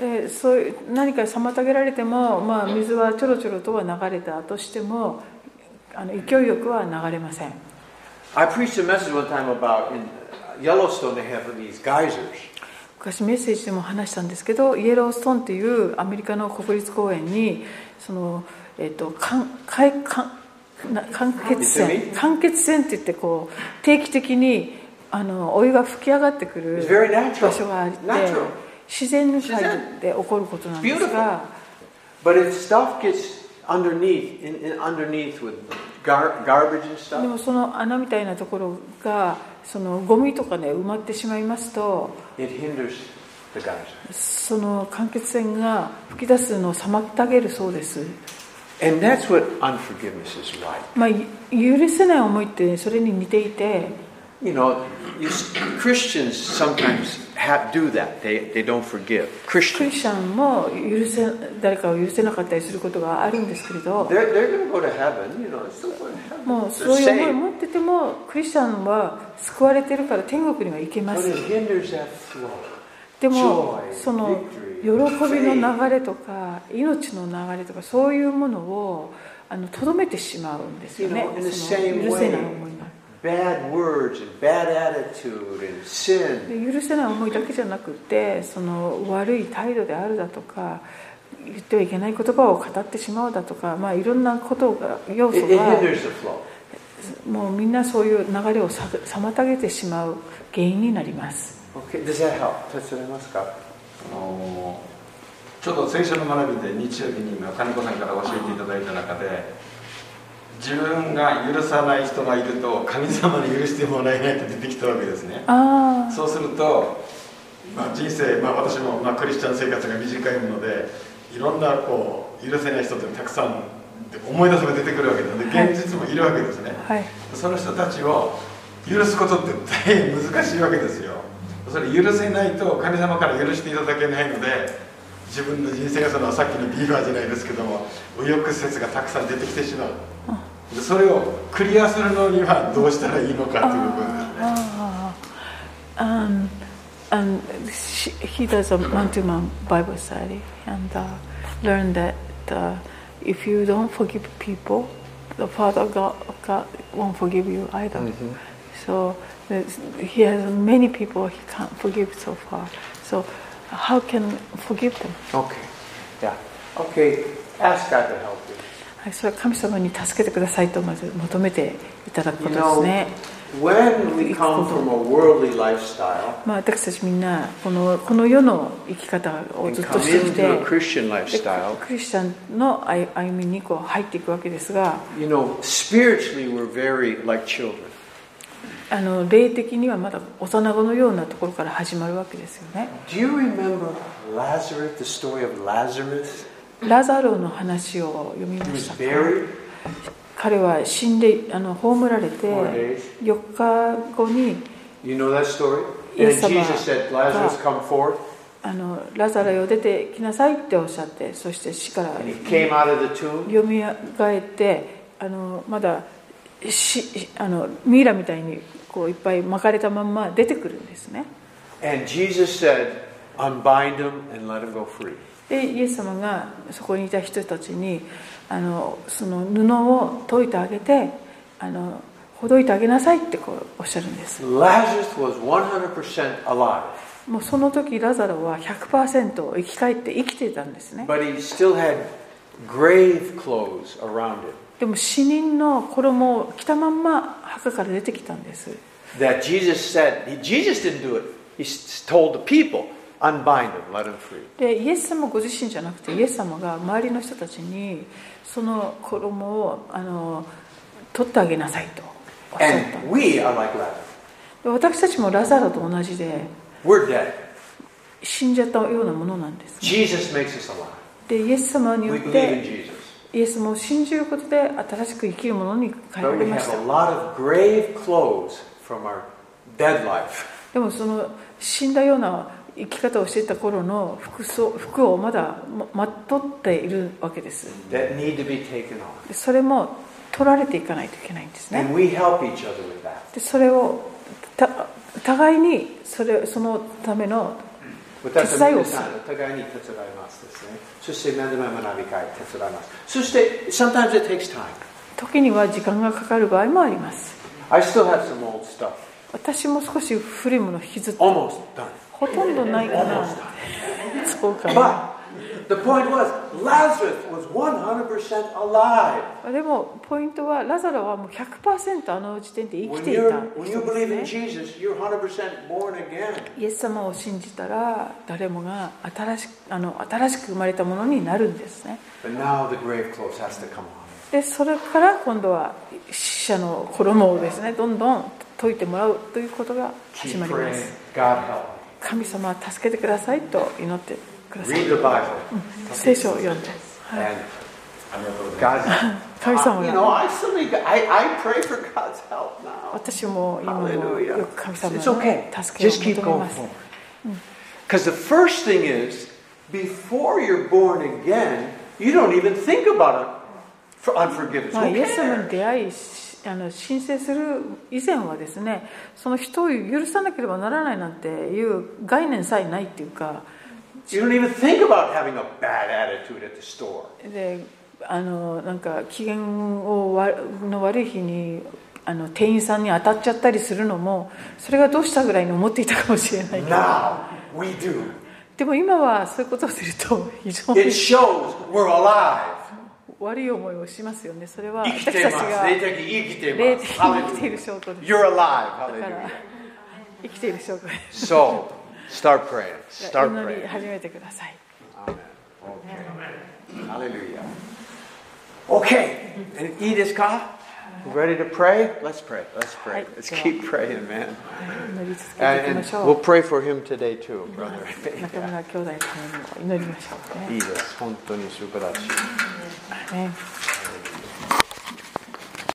Speaker 2: でそういう何か妨げられても、まあ、水はちょろちょろとは流れたとしてもあの勢いよくは流れません
Speaker 1: I preached a message one time about in Yellowstone they have these geysers.
Speaker 2: 昔メッセージでも話したんですけどイエローストーンっていうアメリカの国立公園にその、えっとかんかいかんな間欠
Speaker 1: 泉
Speaker 2: 泉間欠泉って言ってこう定期的にあのお湯が噴き上がってく
Speaker 1: It's
Speaker 2: る
Speaker 1: very natural.
Speaker 2: 場所があって
Speaker 1: Natural.
Speaker 2: 自然界で起こることなんですが。
Speaker 1: But if stuff gets underneath, in, in underneath with gar- garbage and
Speaker 2: で
Speaker 1: stuff,
Speaker 2: もその穴みたいなところがそのゴミとかね埋まってしまいますと
Speaker 1: it hinders the geyser.
Speaker 2: その間欠泉が噴き出すのを妨げるそうです、
Speaker 1: And that's what unforgiveness is like.
Speaker 2: まあ、ゆ許せない思いってそれに似ていて
Speaker 1: You know, you, Christians sometimes have, do that. They, they don't forgive.
Speaker 2: クリ
Speaker 1: Christians.
Speaker 2: スチャンも許せ誰かを許せなかったりすることがあるんですけれど
Speaker 1: They're, they're going to go to heaven. You know, it's still going to heaven.
Speaker 2: もう
Speaker 1: They're
Speaker 2: そういう思い
Speaker 1: saved.
Speaker 2: を持っててもクリスチャンは救われてるから天国には行けま
Speaker 1: But
Speaker 2: す
Speaker 1: it hinders that flow.
Speaker 2: でも
Speaker 1: Joy,
Speaker 2: その
Speaker 1: victory,
Speaker 2: 喜びの流れとか命の流れとかそういうものをあのとどめてしまうんですよね
Speaker 1: You know, in the
Speaker 2: その
Speaker 1: same
Speaker 2: 許せない思いが
Speaker 1: Bad words and bad attitude and sin.
Speaker 2: で許せない思いだけじゃなくてその悪い態度であるだとか言ってはいけない言葉を語ってしまうだとか、まあ、いろんなことが要
Speaker 1: It,
Speaker 2: 素
Speaker 1: it
Speaker 2: が
Speaker 1: hinders the flow.
Speaker 2: もうみんなそういう流れをさ妨げてしまう原因になります
Speaker 1: Okay, does that help? 手伝いますか？
Speaker 4: あのちょっと聖書の学びで日曜日に今金子さんから教えていただいた中で自分が許さない人がいると神様に許してもらえないと出てきたわけですね
Speaker 2: ああ
Speaker 4: そうすると、まあ、人生、まあ、私も、まあ、クリスチャン生活が短いものでいろんなこう許せない人ってたくさん思い出せば出てくるわけなので現実もいるわけですね、
Speaker 2: はい
Speaker 4: その人たちを許すことって大変難しいわけですよそれ許せないと神様から許していただけないので自分の人生がそのさっきのビーバーじゃないですけども右翼説がたくさん出てきてしまうでそれをクリアするのにはどうしたらいいのかということですね
Speaker 2: Um, and she, he does a man-to-man Bible study and uh, learned that uh, if you don't forgive people, the Father God, God won't forgive you either. So there's- he has many people he can't forgive so far. So how can forgive them?
Speaker 1: Okay. Yeah. Okay. Ask God to help you.
Speaker 2: はい、それは神様に助けてくださいとまず求めていただくこ
Speaker 1: You
Speaker 2: とですね
Speaker 1: know,。when we come from a worldly lifestyle
Speaker 2: まあ、私たちみんなこのこの世の生き方を
Speaker 1: and
Speaker 2: ずっと
Speaker 1: come
Speaker 2: してきて
Speaker 1: into a Christian
Speaker 2: で
Speaker 1: lifestyle,
Speaker 2: クリスチャンの歩歩みにこう入っていくわけですが
Speaker 1: you know, spiritually we're very like children.
Speaker 2: あの霊的にはまだ幼子のようなところから始まるわけですよね
Speaker 1: Do you remember Lazarus, the story of Lazarus?
Speaker 2: ラザロの話を読みま
Speaker 1: He was
Speaker 2: したか
Speaker 1: buried
Speaker 2: 彼は死んであの葬られて
Speaker 1: four days.
Speaker 2: 4日後に
Speaker 1: You know that story?
Speaker 2: Yes,
Speaker 1: and
Speaker 2: Abba.
Speaker 1: Jesus said, Lazarus, come forth.
Speaker 2: あの「ラザロよ出てきなさい」っておっしゃってそして死から
Speaker 1: And he came out of the tomb.
Speaker 2: よみがえってあのまだしあのミイラみたいにこういっぱい巻かれたまんま出てくるんですね
Speaker 1: And Jesus said, unbind him and let him go free.
Speaker 2: でイエス様がそこにいた人たちにあのその布を解いてあげてあのほどいてあげなさいってこうおっしゃるんです
Speaker 1: Lazarus was 100% alive,
Speaker 2: もうその時ラザロは100%生き返って生きていたんですね
Speaker 1: but he still had grave clothes around him
Speaker 2: でも死人の衣を着たまんま墓から出てきたんです
Speaker 1: that Jesus said, he, Jesus didn't do it. He s- told the people, unbind him, let him free.
Speaker 2: でイエス様ご自身じゃなくてイエス様が周りの人たちにその衣をあの取ってあげなさいとおっしゃった
Speaker 1: And we are like Lazarus.
Speaker 2: で私たちもラザロと同じで
Speaker 1: We're dead.
Speaker 2: 死んじゃったようなものなんです、ね、
Speaker 1: Jesus makes us alive.
Speaker 2: でイエス様によ
Speaker 1: We
Speaker 2: っ
Speaker 1: believe in
Speaker 2: て
Speaker 1: Jesus.
Speaker 2: イエス様を信じることで新しく生きるものに変えら
Speaker 1: But
Speaker 2: れ
Speaker 1: we
Speaker 2: ま
Speaker 1: have
Speaker 2: し
Speaker 1: a
Speaker 2: た
Speaker 1: lot of grave clothes from our dead life.
Speaker 2: でもその死んだような生き方をしていた頃の服装服をまだままとっているわけです
Speaker 1: that need to be taken off.
Speaker 2: でそれも取られていかないといけないんですね
Speaker 1: And we help each other with that.
Speaker 2: でそれをた互いにそれそのための手伝いをする
Speaker 1: お互いに手伝いますですね。そして、目の前学び会手伝います。そして、sometimes it takes time.
Speaker 2: 時には時間がかかる場合もあります
Speaker 1: I still have some old stuff.
Speaker 2: 私も少し古いものを引きずって
Speaker 1: Almost done.
Speaker 2: ほとんどないかな
Speaker 1: Almost done.
Speaker 2: そうかな
Speaker 1: But the point was, Lazarus was 100% alive.
Speaker 2: でもポイントはラザロはもう100%あの時点で生き
Speaker 1: When,
Speaker 2: ていた
Speaker 1: you're, when you
Speaker 2: 人
Speaker 1: believe
Speaker 2: で
Speaker 1: in
Speaker 2: すね
Speaker 1: Jesus, you're 100% born again.
Speaker 2: イエス様を信じたら誰もが新しあの新しく生まれたものになるんですね
Speaker 1: But now the grave clothes has to come on.
Speaker 2: でそれから今度は死者の衣をですねどんどん解いてもらうということが始
Speaker 1: Keep
Speaker 2: まります
Speaker 1: praying. God help.
Speaker 2: 神様助けてくださいと祈ってください
Speaker 1: Read the Bible.
Speaker 2: 聖書を読んで、はい
Speaker 1: And
Speaker 4: ありがとうございます
Speaker 1: God.
Speaker 2: 神
Speaker 1: I,
Speaker 2: 様
Speaker 1: you know,
Speaker 2: が
Speaker 1: I still need. I, I pray for God's help now.
Speaker 2: 私も今も
Speaker 1: Hallelujah.
Speaker 2: よく神様
Speaker 1: It's okay.
Speaker 2: の助けを
Speaker 1: Just
Speaker 2: 求め
Speaker 1: keep going
Speaker 2: ます
Speaker 1: forward. Because the first thing is, before you're born again, you don't even think about it for unforgiveness.
Speaker 2: まあ、
Speaker 1: Who
Speaker 2: イエス様
Speaker 1: cares?
Speaker 2: に出会いしあの申請する以前はですねその人を許さなければならないなんていう概念さえないっていうか
Speaker 1: You don't even think about having a bad attitude at the store.
Speaker 2: であのなんか機嫌をわの悪い日にあの店員さんに当たっちゃったりするのもそれがどうしたぐらいに思っていたかもしれないけど
Speaker 1: Now we do.
Speaker 2: でも今はそういうことをすると非常
Speaker 1: It
Speaker 2: に
Speaker 1: shows we're alive.
Speaker 2: 悪い思いをしますよねそれは私たちが霊的に生きている
Speaker 1: 生きてます。霊的に生きてます。Hallelujah.
Speaker 2: 証拠です
Speaker 1: You're alive.
Speaker 2: だから
Speaker 1: Hallelujah.
Speaker 2: 生きている証拠です
Speaker 1: So, start praying.
Speaker 2: じゃ
Speaker 1: Start
Speaker 2: あ祈り
Speaker 1: praying.
Speaker 2: 始めてください
Speaker 1: Amen. Okay. Hallelujah. Okay. And Edith, ready to pray? Let's pray. Let's pray. Let's keep praying, man.
Speaker 2: 祈り続けていき
Speaker 1: And,
Speaker 2: まし
Speaker 1: and we'll
Speaker 2: ょ
Speaker 1: pray for him today too, brother.
Speaker 2: う中村兄弟のためにも祈りましょうね
Speaker 1: Edith, 本当に素晴らしい。
Speaker 2: ね